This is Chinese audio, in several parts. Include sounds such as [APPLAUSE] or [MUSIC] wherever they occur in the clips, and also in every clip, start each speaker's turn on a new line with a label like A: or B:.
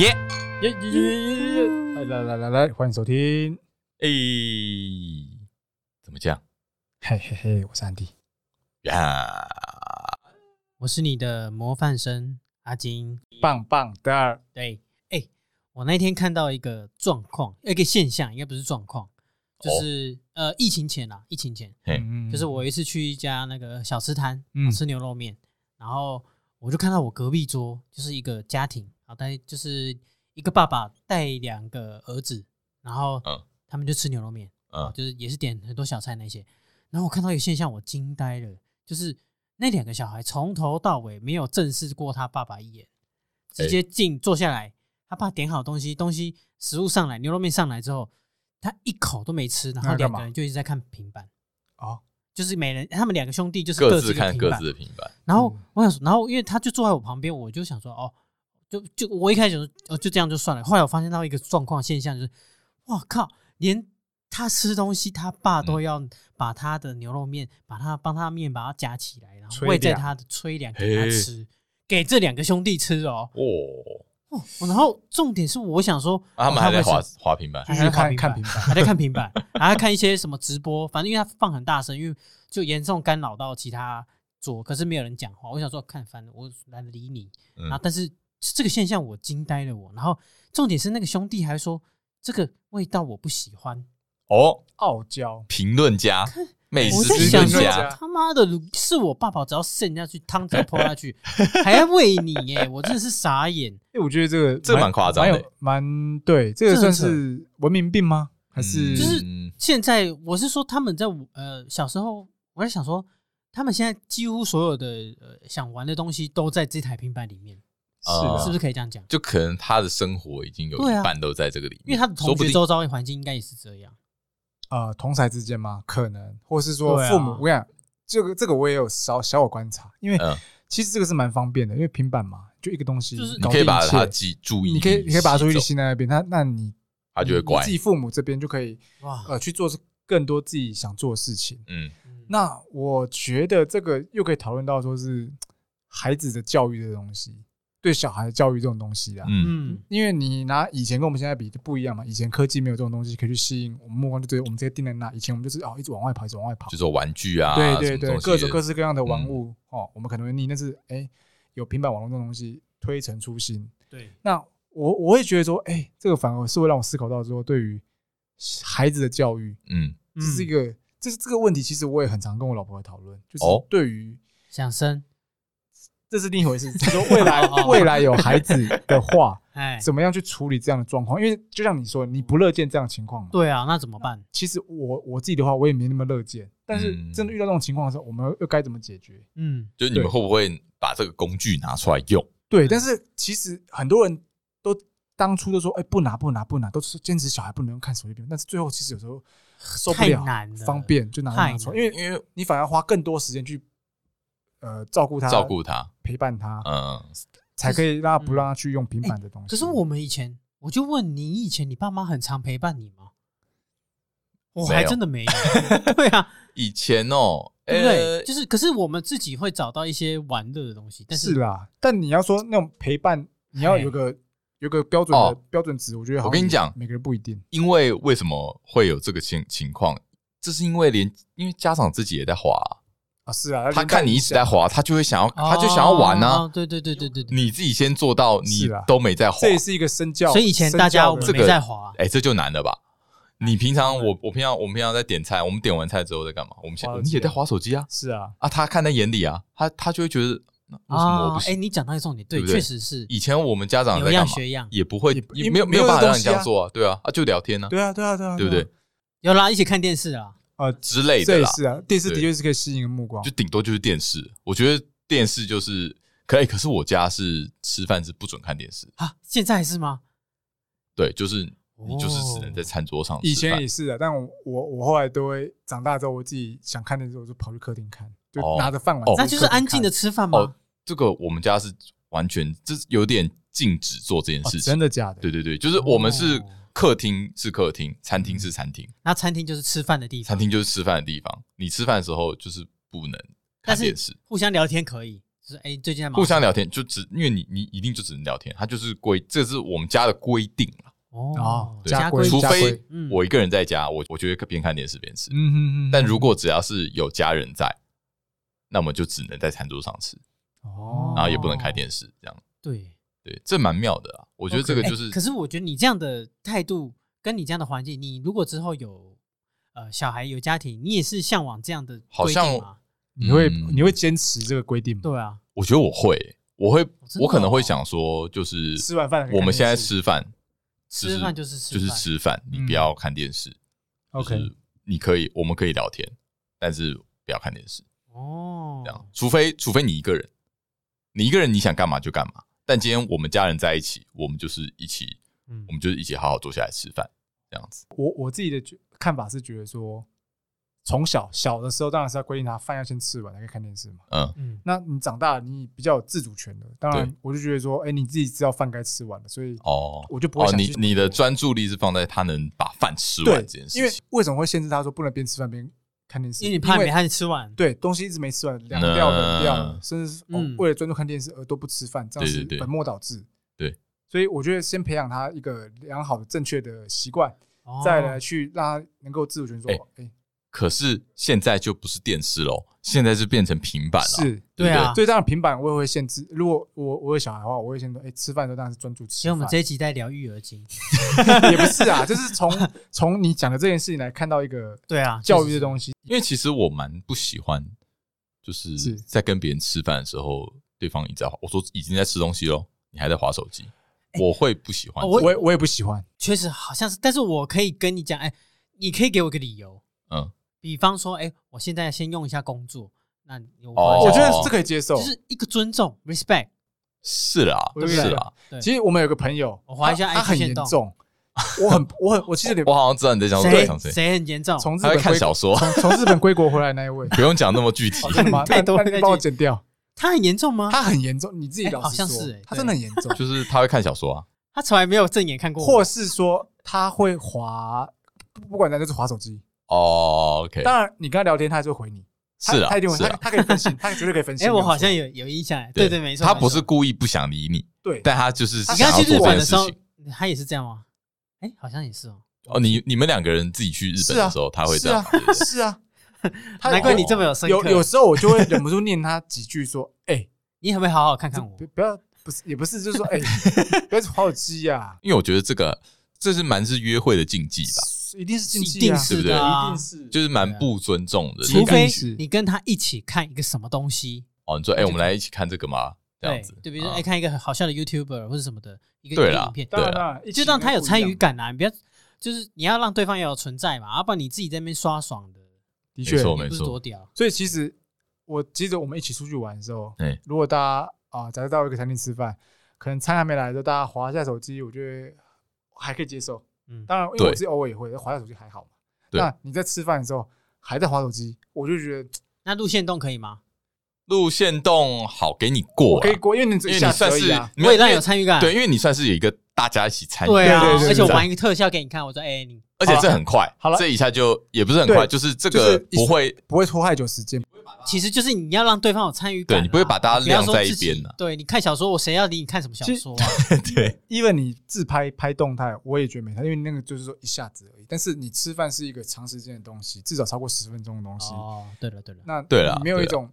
A: 耶耶耶耶耶！来来来来来，欢迎收听，
B: 哎、怎么讲
A: 嘿嘿嘿，我是安迪。
B: 呀？啊
C: 我是你的模范生阿金。
A: 棒棒啊的，
C: 对，哎、我那天看到一个状况，一个现象，应该不是状况，就是、呃，疫情前啊，疫情前，
B: 嘿
A: 哦嗯
C: 就是我有一次去一家那个小吃摊、
A: 嗯
C: 啊吃牛肉面，然后我就看到我隔壁桌就是一个家庭啊，带就是一个爸爸带两个儿子，然后
B: 嗯
C: 他们就吃牛肉面，
B: 嗯，
C: 就是也是点很多小菜那些。然后我看到一个现象，我惊呆了，就是那两个小孩从头到尾没有正视过他爸爸一眼，直接进坐下来，他爸点好东西，东西食物上来，牛肉面上来之后，他一口都没吃，然
A: 那
C: 后
A: 他干
C: 两个
A: 嘛
C: 人就一直在看平板，
A: 哦，
C: 就是每人他们两个兄弟就是
B: 各
C: 自
B: 自
C: 一个
B: 看
C: 平
B: 各
C: 板
B: 自的平板，
C: 然后我想说，然后因为他就坐在我旁边，我就想说，哦，就就我一开始想说哦就这样就算了。后来我发现到一个状况现象，就是，哇靠，连他吃东西，他爸
B: 嗯
C: 都要把他的牛肉面，把他帮他面把它夹起来，然后
A: 吹
C: 喂在
A: 凉
C: 他的吹凉给他
B: 嘿
C: 吃，给这两个兄弟吃哦。
B: 哦，
C: 哦，然后重点是我想说，
B: 啊、他
C: 哦
B: 们还在
C: 会
B: 滑
C: 是
B: 滑平板，
A: 继
C: 还
A: 续
C: 在
A: 看
C: 看
A: 看平
C: 平
A: 板
C: 还在看平板， [LAUGHS] 还在看一些什么直播，反正因为他放很大声，因为就严重干扰到其他桌，可是没有人讲话。我想说，看烦了，我懒得理你。
B: 嗯
C: 然后，但是这个现象我惊呆了我。然后重点是那个兄弟还说这个味道我不喜欢。
B: 哦，
A: 傲娇，
B: 评论家，美
C: 我
B: 食
C: 在
B: 评
C: 想
B: 论
C: 说
A: 评论
B: 家
A: 家，
C: 他妈的，是我爸爸只要渗下去，汤汁泼下去，还要喂你耶！我真的是傻眼。
A: 哎，我觉得这个
B: 这蛮夸张的
A: 蛮有蛮对，这个
C: 这
A: 算
C: 很扯
A: 是文明病吗？还是
C: 就是
B: 嗯
C: 现在我是说他们在我呃小时候，我在想说他们现在几乎所有的呃想玩的东西都在这台平板里面，
B: 啊
C: 是不是可以这样讲？
B: 就可能他的生活已经有
C: 对啊
B: 一半都在这个里面，
C: 因为他的
B: 说
C: 同
B: 不
C: 学
B: 定
C: 周遭的环境应该也是这样。
A: 呃同才之间吗？可能，或是说
C: 对啊
A: 父母，我跟你讲，这个这个我也有小小有观察，因为
B: 嗯
A: 其实这个是蛮方便的，因为平板嘛，就一个东西，
C: 就是
B: 你可以把他
A: 它，
B: 记注意力，
A: 你可以你可以把它注
B: 吸
A: 意力
B: 走，
A: 吸在那边，那那你
B: 他就会
A: 你
B: 乖
A: 自，己父母这边就可以
C: 哇，
A: 呃去做更多自己想做的事情。
B: 嗯，
C: 嗯
A: 那我觉得这个又可以讨论到说是孩子的教育这个东西，对小孩的教育这种东西啦。
B: 嗯
C: 嗯，
A: 因为你拿以前跟我们现在比就不一样嘛，以前科技没有这种东西可以去吸引我们目光，就只有我们直接定在那。以前我们就是哦一直往外跑，一直往外跑
B: 就，是玩具啊，
A: 对对
B: 什么
A: 对，
B: 东西嗯
A: 各种各
B: 的
A: 式各样的玩物哦，我们可能会腻，但是哎，有平板网络这种东西推陈出新，
C: 对，
A: 那我我会觉得说，哎、这个反而是会让我思考到说，对于孩子的教育，
B: 嗯，
A: 这是一
C: 嗯
A: 个，这是这个问题，其实我也很常跟我老婆讨论，就是
B: 哦
A: 对于、
C: 想生，
A: 这是另一回
C: [LAUGHS]
A: 事，就是说未来
C: 哦
A: 未来有孩子的话，
C: [LAUGHS] 哎，
A: 怎么样去处理这样的状况？因为就像你说，你不乐见这样的情况嘛。
C: 对啊，那怎么办？
A: 其实我我自己的话，我也没那么乐见，但是
B: 嗯
A: 真的遇到这种情况的时候，我们又该怎么解决？
C: 嗯，
B: 就是你们
A: 对
B: 会不会把这个工具拿出来用？
A: 对，但是其实很多人都当初都说，哎、不拿不拿不拿，都是坚持小孩不能看手机屏幕，但是最后其实有时候受不
C: 太
A: 了，
C: 难了，
A: 方。便就拿来拿出来，
C: 太
A: 因
C: 难
A: 为
B: 因为
A: 你反而花更多时间去呃照顾他、
B: 照顾他，
A: 陪伴他，
B: 嗯，
A: 才可以让他不让他去用
B: 哎
A: 平板的东西。
C: 可是我们以前，我就问你，以前你爸妈很常陪伴你吗？我
B: 没
C: 还
B: 有
C: 真的没有。 [LAUGHS] 对啊，
B: 以前哦，
C: 对不对？
B: 呃
C: 就是，可是我们自己会找到一些玩乐的东西，但
A: 是啦，但你要说那种陪伴，你要有个有个标准的
B: 哦
A: 标准值，我觉得好像
B: 我跟你讲
A: 每个人不一定。
B: 因为为什么会有这个情情况？这是因为连因为家长自己也在滑，
A: 啊，是啊，
B: 他看你一直在滑，他就会想要，他就想要玩啊。
C: 哦对对对对对对，
B: 你自己先做到，你
A: 是啊
B: 都没在滑
A: 这，也是一个身教，
C: 所以以前
A: 身
C: 大家
A: 教
C: 我
A: 的
C: 们
B: 这
C: 没
B: 个
C: 在滑，啊
B: 哎，这就难了吧？你平常我我平常我们平常在点菜，我们点完菜之后在干嘛？我们先
A: 滑手机啊
B: 你也在滑手机啊
A: 是啊，
B: 啊！他看在眼里啊，他他就会觉得那为什么我
C: 啊
A: 哦
B: 不，行？
C: 哎，你讲到一个重点，对，
B: 对不对
C: 确实是
B: 以前我们家长
C: 有
B: 在干
C: 样
B: 嘛？
C: 学样，
B: 也不会
A: 也不，
B: 也没有
A: 也
B: 没有办法
A: 没有这
B: 让你
A: 东西
B: 这样
A: 啊
B: 做啊，对啊，啊就聊天啊，
A: 对啊，对啊，对啊，
B: 对不
A: 啊
B: 对？？
C: 有啦，一起看电视啊，
A: 呃，
B: 之类
A: 这
B: 的
A: 也
B: 啦，
A: 是哦啊，电视的
B: 对
A: 确是可以吸引人目光
B: 就，顶多就是电视。我觉得电视就是可以，可是我家是吃饭是不准看电视，
C: 啊，现在还是吗？
B: 对，就是你
C: 哦
B: 就是只能在餐桌上吃饭。
A: 哦以前也是的，但我我我后来都会长大之后，我自己想看的时候，我就跑去客厅看，就
B: 哦
A: 拿着饭碗
B: 哦，
C: 那就是安静的吃饭
B: 哦
C: 嘛，
B: 这个我们家是完全这是有点禁止做这件
A: 哦
B: 事情。
A: 真的假的？
B: 对对对，就是我们是
C: 哦
B: 客厅是客厅，餐
A: 嗯
B: 厅是餐厅，
C: 那餐厅就是吃饭的地方，
B: 餐厅就是吃饭的地方。你吃饭的时候就是不能看
C: 但是
B: 电视，
C: 互相聊天可以，就是哎、最近在忙
B: 互相聊天就只因为你你一定就只能聊天，它就是规，这是我们家的规定啦
C: 哦
A: 哦，
B: 对
A: 家
C: 规
A: 规
B: 除
A: 家
B: 非
A: 规
C: 嗯
B: 我一个人在家，我我觉得边看电视边吃。
A: 嗯嗯嗯。
B: 但如果只要是有家人在，那我们就只能在餐桌上吃，
A: 哦，
B: 然后也不能开电视，这样
C: 对，
B: 对，这蛮妙的啊。我觉得这个就
C: 哎
B: 是
C: 可是我觉得你这样的态度跟你这样的环境，你如果之后有呃小孩有家庭，你也是向往这样的
B: 好
C: 规定
B: 像
C: 吗？
A: 你会
B: 嗯
A: 你会坚持这个规定吗？
C: 对啊，
B: 我觉得我会，我会
C: 真，的
B: 我可能会
C: 哦
B: 想说，就是
A: 吃完饭
B: 我们现在
A: 是
B: 吃饭，
C: 吃饭就是吃
B: 就
C: 饭，
B: 是吃饭，你不
A: 嗯
B: 要看电视。
A: OK，
B: 就是你可以，我们可以聊天，但是不要看电视，
C: 哦
B: 这，样，除非除非你一个人，你一个人你想干嘛就干嘛。但今天我们家人在一起，我们就是一起，
C: 嗯
B: 我，们就是一起好好坐下来吃饭，这样子。
A: 我我自己的觉看法是觉得说，从小小的时候当然是要规定他饭要先吃完才可以看电视嘛。
B: 嗯，
C: 嗯，
A: 那你长大了，你比较有自主权了。当然
B: 对，
A: 我就觉得说，哎、你自己知道饭该吃完了，所以
B: 哦，
A: 我就不会
B: 哦，
A: 想
B: 你
A: 去
B: 你的专注力是放在他能把饭吃
A: 对
B: 完这件，
A: 因为
B: 事情。
A: 为什么会限制他说不能边吃饭边看电视？
C: 因为你怕
A: 因
C: 没
A: 为
C: 看吃完，
A: 对东西一直没吃完，凉掉冷掉了，
B: 嗯
A: 甚至是、哦
C: 嗯
A: 为了专注看电视而都不吃饭，这样
B: 对对
A: 是
B: 对
A: 本末倒置。
B: 对
A: 所以我觉得先培养他一个良好的、正确的习惯，
C: 哦，
A: 再来去让他能够自主权说，哎、
B: 哎可是现在就不是电视喽，现在是变成平板了。
A: 是
B: 对
C: 对啊，
A: 所以当然平板我也会限制。如果我我有小孩的话，我会先说，哎、吃饭的时候当然是专注吃
C: 所以
A: 饭。
C: 我们这一集在聊育儿经， [LAUGHS]
A: 也不是啊，就是从从你讲的这件事情来看到一个
C: 对啊，
A: 教育的
C: 西，
A: 东西。
B: 因为其实我蛮不喜欢，就是
A: 是
B: 在跟别人吃饭的时候，对方已经在滑，我说已经在吃东西喽，你还在划手机，我会不喜欢
C: 哦
B: 这
A: 哎我
B: 个。
A: 也我也不喜欢，
C: 确实好像是，但是我可以跟你讲，哎，你可以给我一个理由，
B: 嗯，
C: 比方说，哎，我现在先用一下工作，那你我
B: 哦
A: 我觉得这可以接受
C: 就。是一个尊重，respect，
B: 是啦，
A: 对不
B: 是
A: 对
B: 啦，
C: 对
A: 其实我们有个朋友，
C: 我滑一下
A: 他
C: IG
A: 他很严
C: 限动
A: 重，我很我很我其实有
B: 我
A: 点
B: 好像知道你在讲
C: 谁
B: 讲谁，
C: 谁很严重，
A: 从日
B: 他
A: 本
B: 会看
A: 归
B: 小说，，
A: [LAUGHS] 从从日本归国回来那一 [LAUGHS] 位
B: 不用讲那么具体 [LAUGHS]
A: 哦。真的吗？
C: 太多
A: 那
C: 了
A: 那你帮我剪掉。
C: 他很严重吗？
A: [LAUGHS] 他很严重，你自己
C: 哎
A: 老
C: 好
A: 实
C: 像
A: 说
C: 是哎
A: 他真的很严重，
B: 就是他会看小说啊，
C: 他从来没有正眼 [LAUGHS] 看过我，
A: 或是说他会滑，不不管咱就是滑手机。
B: 哦，OK，
A: 当然，你跟他聊天，他就会回你。他
B: 是啊
A: 他一定，会，
B: 是
A: 他
B: 啊，
A: 他可以分析，他绝对可以分析。
C: [LAUGHS] 哎、我好
A: 没
C: 像
A: 有
C: 有有印象，哎对对没错，
B: 他
C: 没
B: 不是
C: 错
B: 故意不想理你，
A: 错对，
B: 但他就是
C: 你
B: 想
C: 刚
B: 要
C: 去
B: 做
C: 日
B: 这
C: 本
B: 件
C: 的时
B: 事
C: 候
B: 情。，
C: 他也是这样吗？哎、好像也是哦、
B: 哦，你你们两个人自己去日本
A: 是啊
B: 的时候，他会
A: 是
B: 这样子，
A: 啊
B: 对不
A: [LAUGHS]
B: 对
A: 是
C: [LAUGHS]
A: 啊，他
C: 难怪你这么有深刻，
A: 有有时候我就会忍不住念他几句，
C: [LAUGHS]
A: 说：“哎，
C: 你可不可以好好看看我
A: 不？不要，不是也不是，就是
C: [LAUGHS]
A: 说，哎，不要滑手机呀，
B: 因为我觉得这个这是蛮是约会的禁忌吧，
A: 一定是禁忌啊，
C: 一定是的啊
A: 对不对一定是，
B: 就是蛮不尊重的。
C: 除
A: 对啊
C: 非
A: 你看
C: 你跟他一起看一个什么东西，
B: 哦，你说哎、
A: 啊
B: 我们来一起看这个嘛，这样
C: 对
B: 子，，
C: 对，比如说哎、
B: 啊
C: 看一个好笑的 YouTuber 或者什么的一个
B: 对
C: 一个
B: 啦
C: 影片，
A: 当然
B: 对啊
A: 当然，一起
C: 就让他有参与
A: 应该
C: 感啊，你不要就是你要让对方也有存在嘛，要不然你自己在那边刷爽的，
A: 不一
B: 没
A: 样，的
B: 错
A: 确。
B: 没
C: 也不是多屌，
A: 所以其实我记得我们一起出去玩的时候
B: 对，
A: 如果大家啊，假设到一个餐厅吃饭，可能餐还没来的时候，大家滑一下手机，我觉得还可以接受。
C: 嗯，
A: 当然，因为我
B: 对
A: 自己偶尔也会滑下手机，还好嘛。
B: 对
A: 那你在吃饭的时候还在滑手机，我就觉得
C: 那路线动可以吗？
B: 路线动好给你过
A: 我可以
B: 啦，
A: 过，因为你
B: 因
A: 只
B: 为
A: 下
B: 你
A: 次
B: 算
A: 而
B: 是
A: 已啊。
B: 没
C: 我也让你
B: 因
C: 有
B: 为
C: 参与感，
B: 对，因为你算是有一个大家一起参与，
C: 对啊
A: 对对对，
C: 而且我
A: 对
C: 玩一个特效给你看，我说哎、你
B: 而且这很快，
A: 好了
B: 这一下就也不是很快，
A: 对
B: 就是这
A: 就是
B: 个
A: 一
B: 不会，
A: 不会拖太久时间。
C: 其实就是你要让对方有参与感啊，
B: 对你不会把大家
C: 不要
B: 晾
C: 说
B: 在一
C: 自己
B: 边啊
C: 对你看小说，我谁要理你看什么小
A: 其实
C: 说啊？
B: [LAUGHS] 对，
A: even 你自拍拍动态，我也觉得没差，因为那个就是说一下子而已。但是你吃饭是一个长时间的东西，至少超过十分钟的东西。
C: 哦，对了对了，
A: 那
B: 对啦
A: 你没有
B: 对
A: 一
B: 啦
A: 种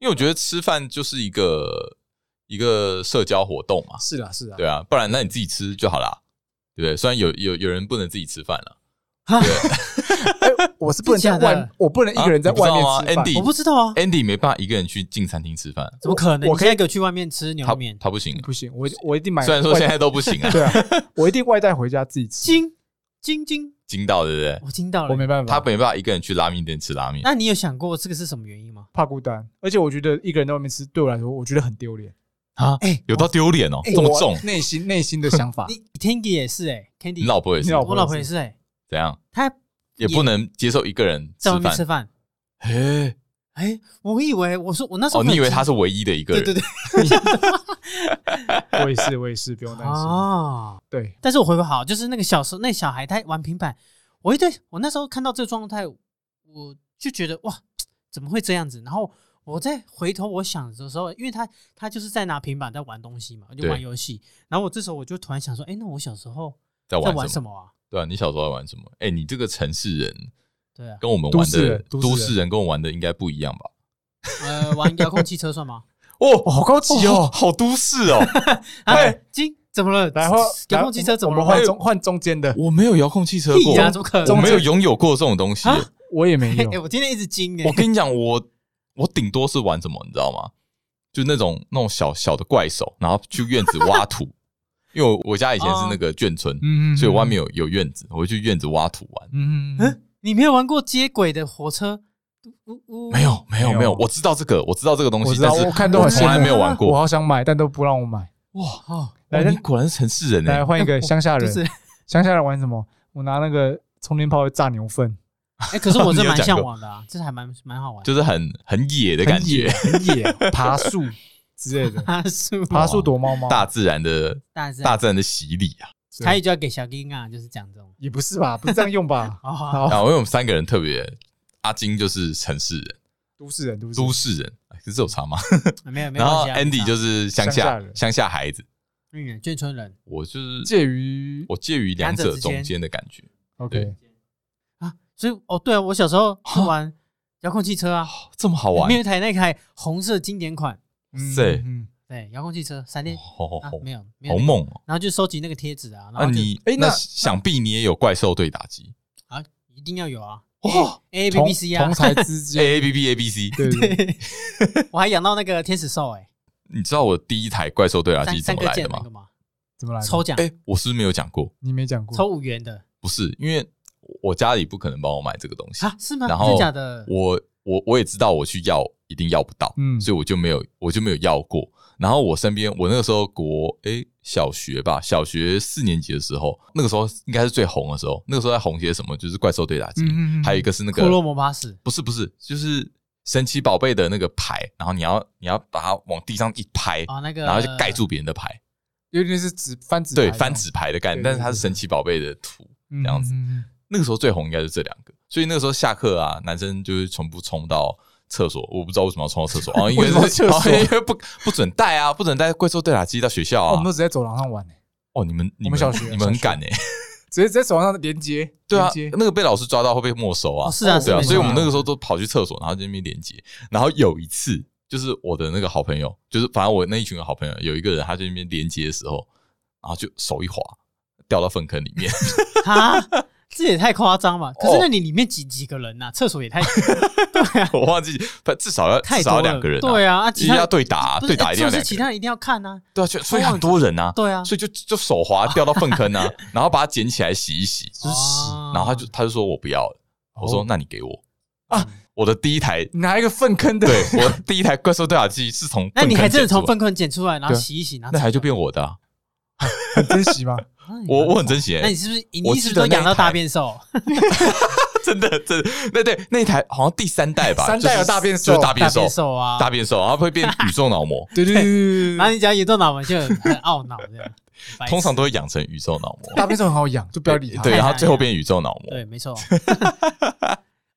B: 因为我觉得吃饭就是一个一个社交活动嘛，
A: 是啦是啦，
B: 对啊，不然那你自己吃就好啦，对不对？虽然有有有人不能自己吃饭了，对
A: 我是不能在
C: 真假的
A: 外，我不能一个人在
B: 啊你不知
A: 外
B: 道
A: 面
B: 吗
A: 吃饭。
B: Andy
C: 我不知道啊，
B: ，Andy 没办法一个人去进餐厅吃饭，
C: 怎么可能？
A: 我
C: 你现在给我去外面吃牛
B: 他
C: 肉面，
B: 他不行，啊
A: 不行，我我一定买外。
B: 虽然说现在都不行啊，
A: [LAUGHS]
B: [LAUGHS]
A: 对啊，我一定外带回家自己吃，
C: 惊惊惊，
B: 惊到对不对？
C: 我听到
A: 我没
C: 了。
A: 办法，
B: 他没办法一个人去拉面店吃拉面，
C: 那你有想过这个是什么原因吗？
A: 怕孤单，而且我觉得一个人在外面吃对我来说，我觉得很丢脸。
B: 啊，
C: 哎
B: 有到丢脸哦，
C: 哎
B: 这么重
A: 我，内心内心的想法，
C: [LAUGHS] 你 Tandy 也是哎
B: 你
C: ，Candy，
B: 老婆也是
A: 你老
C: 我老婆也是哎，
B: 怎样，
C: 她
B: 也
C: 也
B: 不能接受一个人吃
C: 在外面吃
B: 饭。
C: 饭。
B: 哎，
C: 哎，我以为我说我那时候
B: 哦，你以为
C: 很
B: 他是唯一的一个
C: 对
B: 人？
C: 对对
A: 我也是我也是，不用担心。
C: 啊？
A: 对，
C: 但是我回不好，就是那个小时候那小孩他玩平板，我一对我那时候看到这个状态，我就觉得哇，怎么会这样子？然后我在回头我想的时候，因为他他就是在拿平板在玩东西嘛，就玩
B: 对
C: 游戏。然后我这时候我就突然想说，哎、那我小时候
B: 在
C: 在
B: 玩
C: 玩
B: 什
C: 什
B: 么？
C: 么啊？
B: 对啊，你小时候在玩什么？哎，你这个城市人
C: 对啊，
B: 跟我们玩
A: 都市
B: 的
A: 人都市人
B: 都市人跟我玩的应该不一样吧？
C: 呃，玩遥控汽车
B: [LAUGHS]
C: 算吗？
A: 哇，
B: 哦，
A: 好高级哦！
B: 好都市哦！
C: 啊
A: 对，
C: 金怎么了？
A: 然后
C: 遥控汽车怎么
A: 我们
C: 了？
A: 换中换中间的，
B: 我没有遥控汽车
C: 屁
B: 过，
C: 呀，怎么 [LAUGHS] 可
B: 我
C: 能？
B: 没有拥有过这种东西。
C: 啊
A: 我也没
C: [LAUGHS] 哎、
B: [LAUGHS]
A: 有。嗯
C: 我今天一直惊哎、
B: 我跟你讲，我我顶多是玩什么，你知道吗？就那种那种小小的怪手，然后去院子挖土， [LAUGHS] 因为我我家以前是那个眷村，
A: 嗯
B: 所以外面有有院子，我会去院子挖土玩。
A: 嗯嗯嗯
C: 你没有玩过接轨的火车？呜呜
B: 没有，没有，
A: 没有
B: 没有，我知道这个，我知道这个东
A: 我
B: 西，
A: 知
B: 但
A: 道，
B: 是
A: 我看都很羡
B: 从
A: 慕
B: 来没有玩
A: 我
B: 过。
A: 好想买，但都不让我买。
B: 哇，
C: 哦，
A: 来
B: 哇你果然是城市人欸
A: 来
B: 呢！
A: 换一
C: [LAUGHS]
A: 个乡下
C: 就
A: 人，
C: 是
B: [LAUGHS]
A: 乡下人玩什么？我拿那个充电炮炸牛粪，
C: 哎、可是我
B: 你
C: 这
B: 有
C: 蛮
B: 讲
C: 向
B: 过
C: 往的啊，这还蛮蛮好玩的。
B: 就是很很野的感
A: 很野，
B: 觉，
A: 很野， [LAUGHS] 爬树之
B: [LAUGHS]
A: 类
C: [LAUGHS]
A: 的，
C: 爬树，
A: 爬树躲猫猫。
B: 大自然的
C: 大自然
B: 大自然的洗礼啊！
A: 对
C: 台语就要给小丁啊，就是讲这种。？
A: 也不是吧？不是这样用吧 [LAUGHS]
C: 哦好，
A: 好
B: 然，后啊因为我们三个人特别，阿金就是城市人，
A: 都市人，都市人
B: 都市人，哎可是有差吗？
C: 没有没有
B: 然后
C: 关系啊。
B: Andy 就是是乡
A: 乡
B: 下
A: 下人
B: 乡下孩子，
C: 嗯，眷村人
B: 我就是
A: 介于
B: 我介于两者中
C: 两者之
B: 间的感觉。
A: OK，
C: 啊，所以哦，对啊，我小时候是玩遥控汽车啊，
B: 哦这么好
C: 里
B: 玩
C: 面有一台那台红色经典款，
A: 嗯
B: 塞
A: 嗯
C: 对，遥控汽车闪电
B: 哦，
C: 啊，没有没有
B: 好
C: 那个，
B: 梦哦！
C: 然后就收集那个贴纸啊，然
B: 那
C: 后就
B: 你
A: 哎那
B: 那想必你也有怪兽对打机
C: 啊一定要有啊
B: 哇
C: ，A
A: 嗯
C: B
A: 同
C: B C 啊
A: 同，才之
B: [LAUGHS]
A: 间，
B: ，A A B B A B C。
A: 对对，对
C: 我还养到那个天使兽哎，
B: 你知道我第一台怪兽对打
C: 三
B: 机怎
C: 三
B: 么
C: 个
B: 来
C: 键
B: 的
C: 那
B: 吗
C: 个？嘛，
A: 怎么来的？
C: 抽奖
B: 哎，我是不是没有讲过？
A: 你没讲过
C: 抽五元的
B: 不是，因为我家里不可能帮我买这个东西，
C: 啊，是吗？
B: 然
C: 真的
B: 后
C: 假的？
B: 我我我也知道我去要一定要不到，
A: 嗯
B: 所以我就没有我就没有要过。然后我身边我那个时候国诶、小学吧，小学四年级的时候，那个时候应该是最红的时候，那个时候在红些什么，就是怪兽对打机，
A: 嗯嗯嗯
B: 还有一个是那个
C: 库洛魔法使
B: 不是不是，就是神奇宝贝的那个牌，然后你要你要把它往地上一拍，
C: 啊，那个
B: 然后就盖住别人的牌，
A: 有点是纸翻哦纸牌
B: 对
A: 那种
B: 翻纸牌的概念，
A: 对对
B: 但是它
A: 对
B: 是神奇宝贝的图。
A: 嗯
B: 这样子啊
A: 嗯嗯
B: 那个时候最红应该是这两个，所以那个时候下课啊，男生就是全部冲到厕所，我不知道为什么要冲到厕所，哦，因为
A: 为什么要厕
B: [LAUGHS]
A: 所
B: 因为不不准带啊，不准带怪兽对打机到学校
A: 哦我
B: 啊
A: 们都。直接走廊上玩欸，
B: 哦，你们你
A: 我们小学
B: 你们很敢哎，
A: 直接直接走廊上连接，
B: 对啊
A: 连接，
B: 那个被老师抓到会被没收啊
C: 哦，，是啊，
A: 哦
B: 对啊，
C: 没
B: 所以
C: 错
B: 我们那个时候都跑去厕所，然后在那边连接。然后有一次，就是我的那个好朋友，就是反正我那一群好朋友，有一个人他在那边连接的时候，然后就手一滑掉到粪坑里面。 [LAUGHS]
C: 啊，这也太夸张
B: 哦
C: 吧？可是那你里面几几个人呐、啊厕
B: [LAUGHS]
C: 所也太对啊，
B: 我忘记，反至少要
C: 太
B: 至少
C: 多
B: 要
C: 了。
B: 两个人、
C: 对
B: 啊，
C: 啊，啊，
B: 一
C: 其
B: 定
C: 他
B: 要对打、
C: 不是
B: 对打一定要两
C: 就是
B: 个
C: 其
B: 人。
C: 他人一定要看啊。
B: 对啊，就所以很多人啊，
C: 对啊，
B: 所以就就手
C: [LAUGHS]
B: 滑掉到粪坑啊，然后把它捡起来洗一洗，
A: 就是屎
C: 哦
B: 然后他就他就说我不要了，我说
A: 哦
B: 那你给我
C: 嗯
A: 啊，
B: 我的第一台， [LAUGHS]
A: 你拿一个粪坑的，
B: 对我第一台怪兽对打机是从
C: 那你还
B: 粪坑捡
C: 真的
B: 出
C: 从
B: 来
C: 粪坑捡出来，然后
B: 对啊
C: 洗一洗，然后
B: 那台就
C: 吃掉
B: 变我的啊、
A: [LAUGHS] 很珍惜吗？
C: 啊你
B: 我我很珍惜、欸，
C: 那你是不是你
B: 我
C: 你是
B: 记
C: 不
B: 得
C: 是都
B: 那一
C: 养到大
B: 台
C: 变兽？
B: [LAUGHS] 真的真的，那对那一台好像第三代吧，
A: 三代有大变兽，
B: 就是大
C: 大
B: 变兽，
C: 兽啊！
B: 大变兽，然后会
C: [LAUGHS]
B: 变宇宙脑膜
A: 对对对对对
C: 然后
A: 对，
C: 你讲野动脑门就很很懊恼这样，白
B: [LAUGHS]
C: 痴
B: 通常都会养成宇宙脑膜，
A: 大便是很好养，就不要理它。
B: 对，
C: 太
B: 然后
C: 难
B: 最后
C: 养
B: 变宇宙脑膜，
C: 对，
B: [LAUGHS]
C: 没错。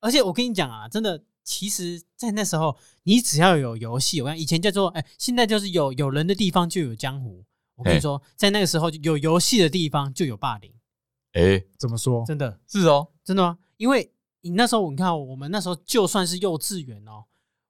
C: 而且我跟你讲啊，真的，其实，在那时候，你只要有游戏，我看以前叫做哎、现在就是有有人的地方就有江湖。我跟
B: 哎
C: 你说，在那个时候有游戏的地方就有霸凌，
B: 哎，
A: 怎么说？
C: 真的
B: 是哦，
C: 真的吗？因为你那时候，你看我们那时候就算是幼稚园哦，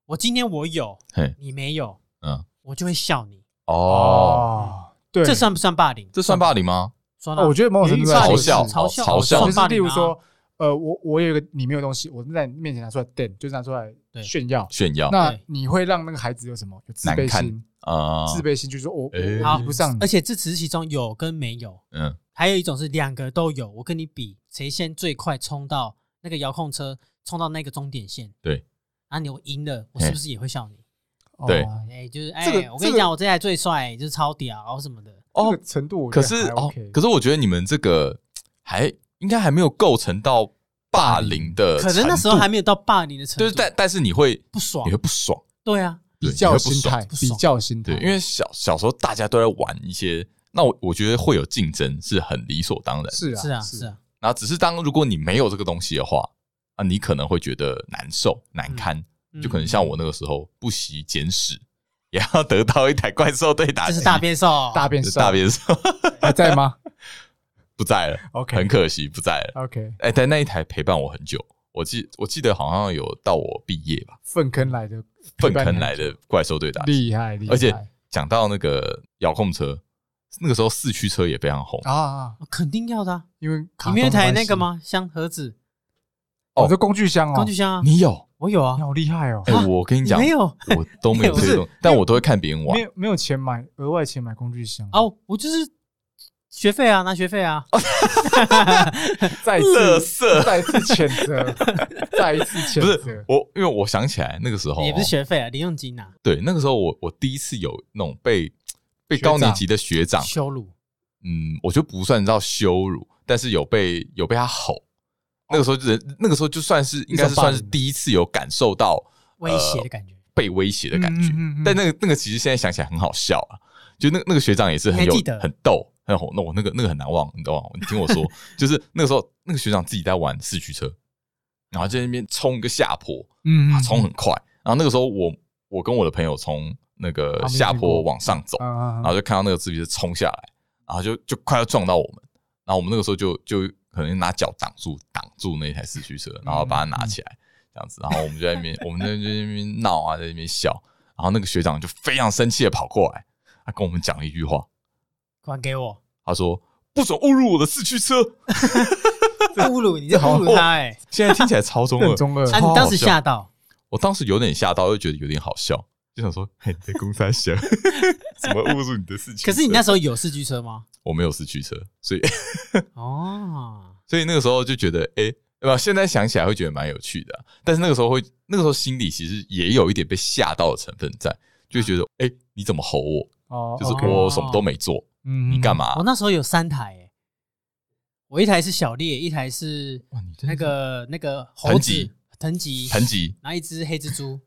C: 我今天我有
B: 嘿，
C: 你没有，
B: 嗯，
C: 我就会笑你，
B: 哦，，
A: 对，
C: 这算不算霸凌？
B: 这算霸凌吗？
C: 算
A: 哦，我觉得某种程度上
B: 嘲
A: 也是
B: 笑
C: 嘲笑
B: 嘲笑
C: 算
A: 哦就是
C: 霸
A: 例
C: 凌啊
A: 如说，呃，我我有一个你没有东西，我在你面前拿出来垫，就是拿出来
C: 对
A: 炫耀。
B: 炫耀
A: 那
C: 对
A: 你会让那个孩子有什么？有自卑
B: 难看
A: 心，
B: 啊，
A: 自卑心就是说我哦
B: 哎
A: 我比不上
C: 而
A: 你，
C: 且这只是其中有跟没有，
B: 嗯，
C: 还有一种是两个都有，我跟你比谁先最快冲到那个遥控车，冲到那个终点线。
B: 对，
C: 啊，你我赢了，我是不是也会笑你？
A: 哦
B: 对
C: 哎、就是哎、
A: 这个
C: 我跟你
A: 这
C: 讲，
A: 个
C: 我这台最帅，就是超屌什么的。
A: 这
B: 哦
A: 个，程度我觉
B: 可
A: 得
B: 是
A: 还
B: 哦
A: OK，，
B: 可是我觉得你们这个还应该还没有构成到霸凌的呃程度，
C: 可能那时候还没有到霸凌的程度，
B: 就是但但是你会
C: 不爽
B: 你会。不爽，
C: 对啊，
B: 对
A: 比
B: 你
A: 较
B: 会不
A: 心
B: 爽
A: 态，
C: 不
A: 比
C: 爽
A: 较心态，
B: 对，因为小小时候大家都在玩一些，那我我觉得会有竞争是很理所当然。
A: 是啊
C: 是啊，是，啊，
A: 嗯
B: 然后只是当如果你没有这个东西的话，啊，你可能会觉得难受、难堪，
C: 嗯
B: 就可能像我那个时候不惜捡屎，也要得到一台怪兽对打
C: 这
B: 机，
C: 是大便兽，
A: 啊大便
B: 大便兽 [LAUGHS]
A: 还在吗
B: 不在了，很
A: ？OK
B: 可惜不在了。
A: OK，
B: 哎，但那一台陪伴我很久，我记我记得好像有到我毕业吧，
A: 粪坑来的
B: 粪
A: 陪伴
B: 坑
A: 很
B: 来的怪兽对打机。
A: 厉害厉害，
B: 而且讲到那个遥控车，那个时候四驱车也非常红
A: 啊啊，
C: 肯定要的啊。
A: 因为卡
C: 你没有一
A: 通的
C: 台
A: 关
C: 那
A: 系
C: 个？吗？箱盒子、
A: 哦，这工具箱哦，
C: 工具箱啊，
B: 你有？
C: 我有啊
A: 你，好厉害哦
B: 哎、，
C: 啊
B: 我跟你
C: 你
B: 讲，
C: 没有
B: 我都
A: [LAUGHS]
B: 没有
C: 不
B: 这
A: 是
B: 些东西，但我都会看别人玩
A: 没。有没有钱买额外钱买工具箱，
C: 哦，我就是学费啊，拿学费啊，
B: 哦
A: 再
B: 乐
A: 次
B: 色
A: 再次谴
B: [LAUGHS]
A: 责，再一次
B: 不
A: 谴
B: 是
A: 责，
B: 我，因为我想起来那个时候哦，
C: 也不是学费啊，零用金啊，
B: 对那个时候我我第一次有那种被被
A: 学长
B: 高年级的学长，
C: 羞辱。
B: 嗯，我觉得不算到羞辱，但是有被有被他吼。那个时候就人，那个时候就算是应该是
A: 一种霸
B: 算
A: 凌
B: 是第一次有感受到
C: 威胁的感觉。
B: 被威胁的感觉。
A: 嗯嗯嗯嗯
B: 但那个那个其实现在想起来很好笑啊，就那那个学长也是很
C: 你
B: 有
C: 还记得
B: 很逗，很红。那我那个那个很难忘，你懂吗？你听我
A: [LAUGHS]
B: 说，就是那个时候那个学长自己在玩四驱车，然后在那边冲一个下坡，
A: 嗯
B: 啊，冲很快。然后那个时候我我跟我的朋友从那个
A: 旁边
B: 下
A: 经过
B: 坡往上走，
A: 啊
B: 然后就看到那个自行车冲下来，然后就就快要撞到我们，然后我们那个时候就就可能拿脚挡住挡住那台四驱车，然后把
C: 嗯
B: 它拿起来这样子，然后我们就在那边我们在那边闹啊，在那边笑，然后那个学长就非常生气的跑过来，他跟我们讲了一句话，
C: 还给我！
B: 他说。不准侮辱我的四驱车！
C: 侮辱你，在侮辱他哎！
B: 现在听起来超
C: [LAUGHS]
B: 中二，
A: 很中二
C: 啊，
B: 超
C: 你
B: 呃好
C: 当时
B: 笑
C: 吓到，
B: 我当时有点吓到，又觉得有点好笑，就想说：“嘿，你在公山小， [LAUGHS] 怎么侮辱你的四驱车？”
C: 可是你那时候有四驱车吗？
B: 我没有四驱车，所以
C: 哦，
B: 所以那个时候就觉得，哎、不，现在想起来会觉得蛮有趣的啊、但是那个时候会，那个时候心里其实也有一点被吓到的成分在，就觉得，哎、你怎么吼我？
A: 哦，
B: 就是
A: OK
B: 我什么都没做，
A: 嗯
B: 你干？嘛
C: 我？那时候有三台哎，我一台是小烈，一台是
B: 哇，你真
C: 那
B: 的
C: 个那个猴
B: 藤
C: 子
B: 吉
C: 藤吉，
B: 很急
C: 然后一只黑蜘蛛，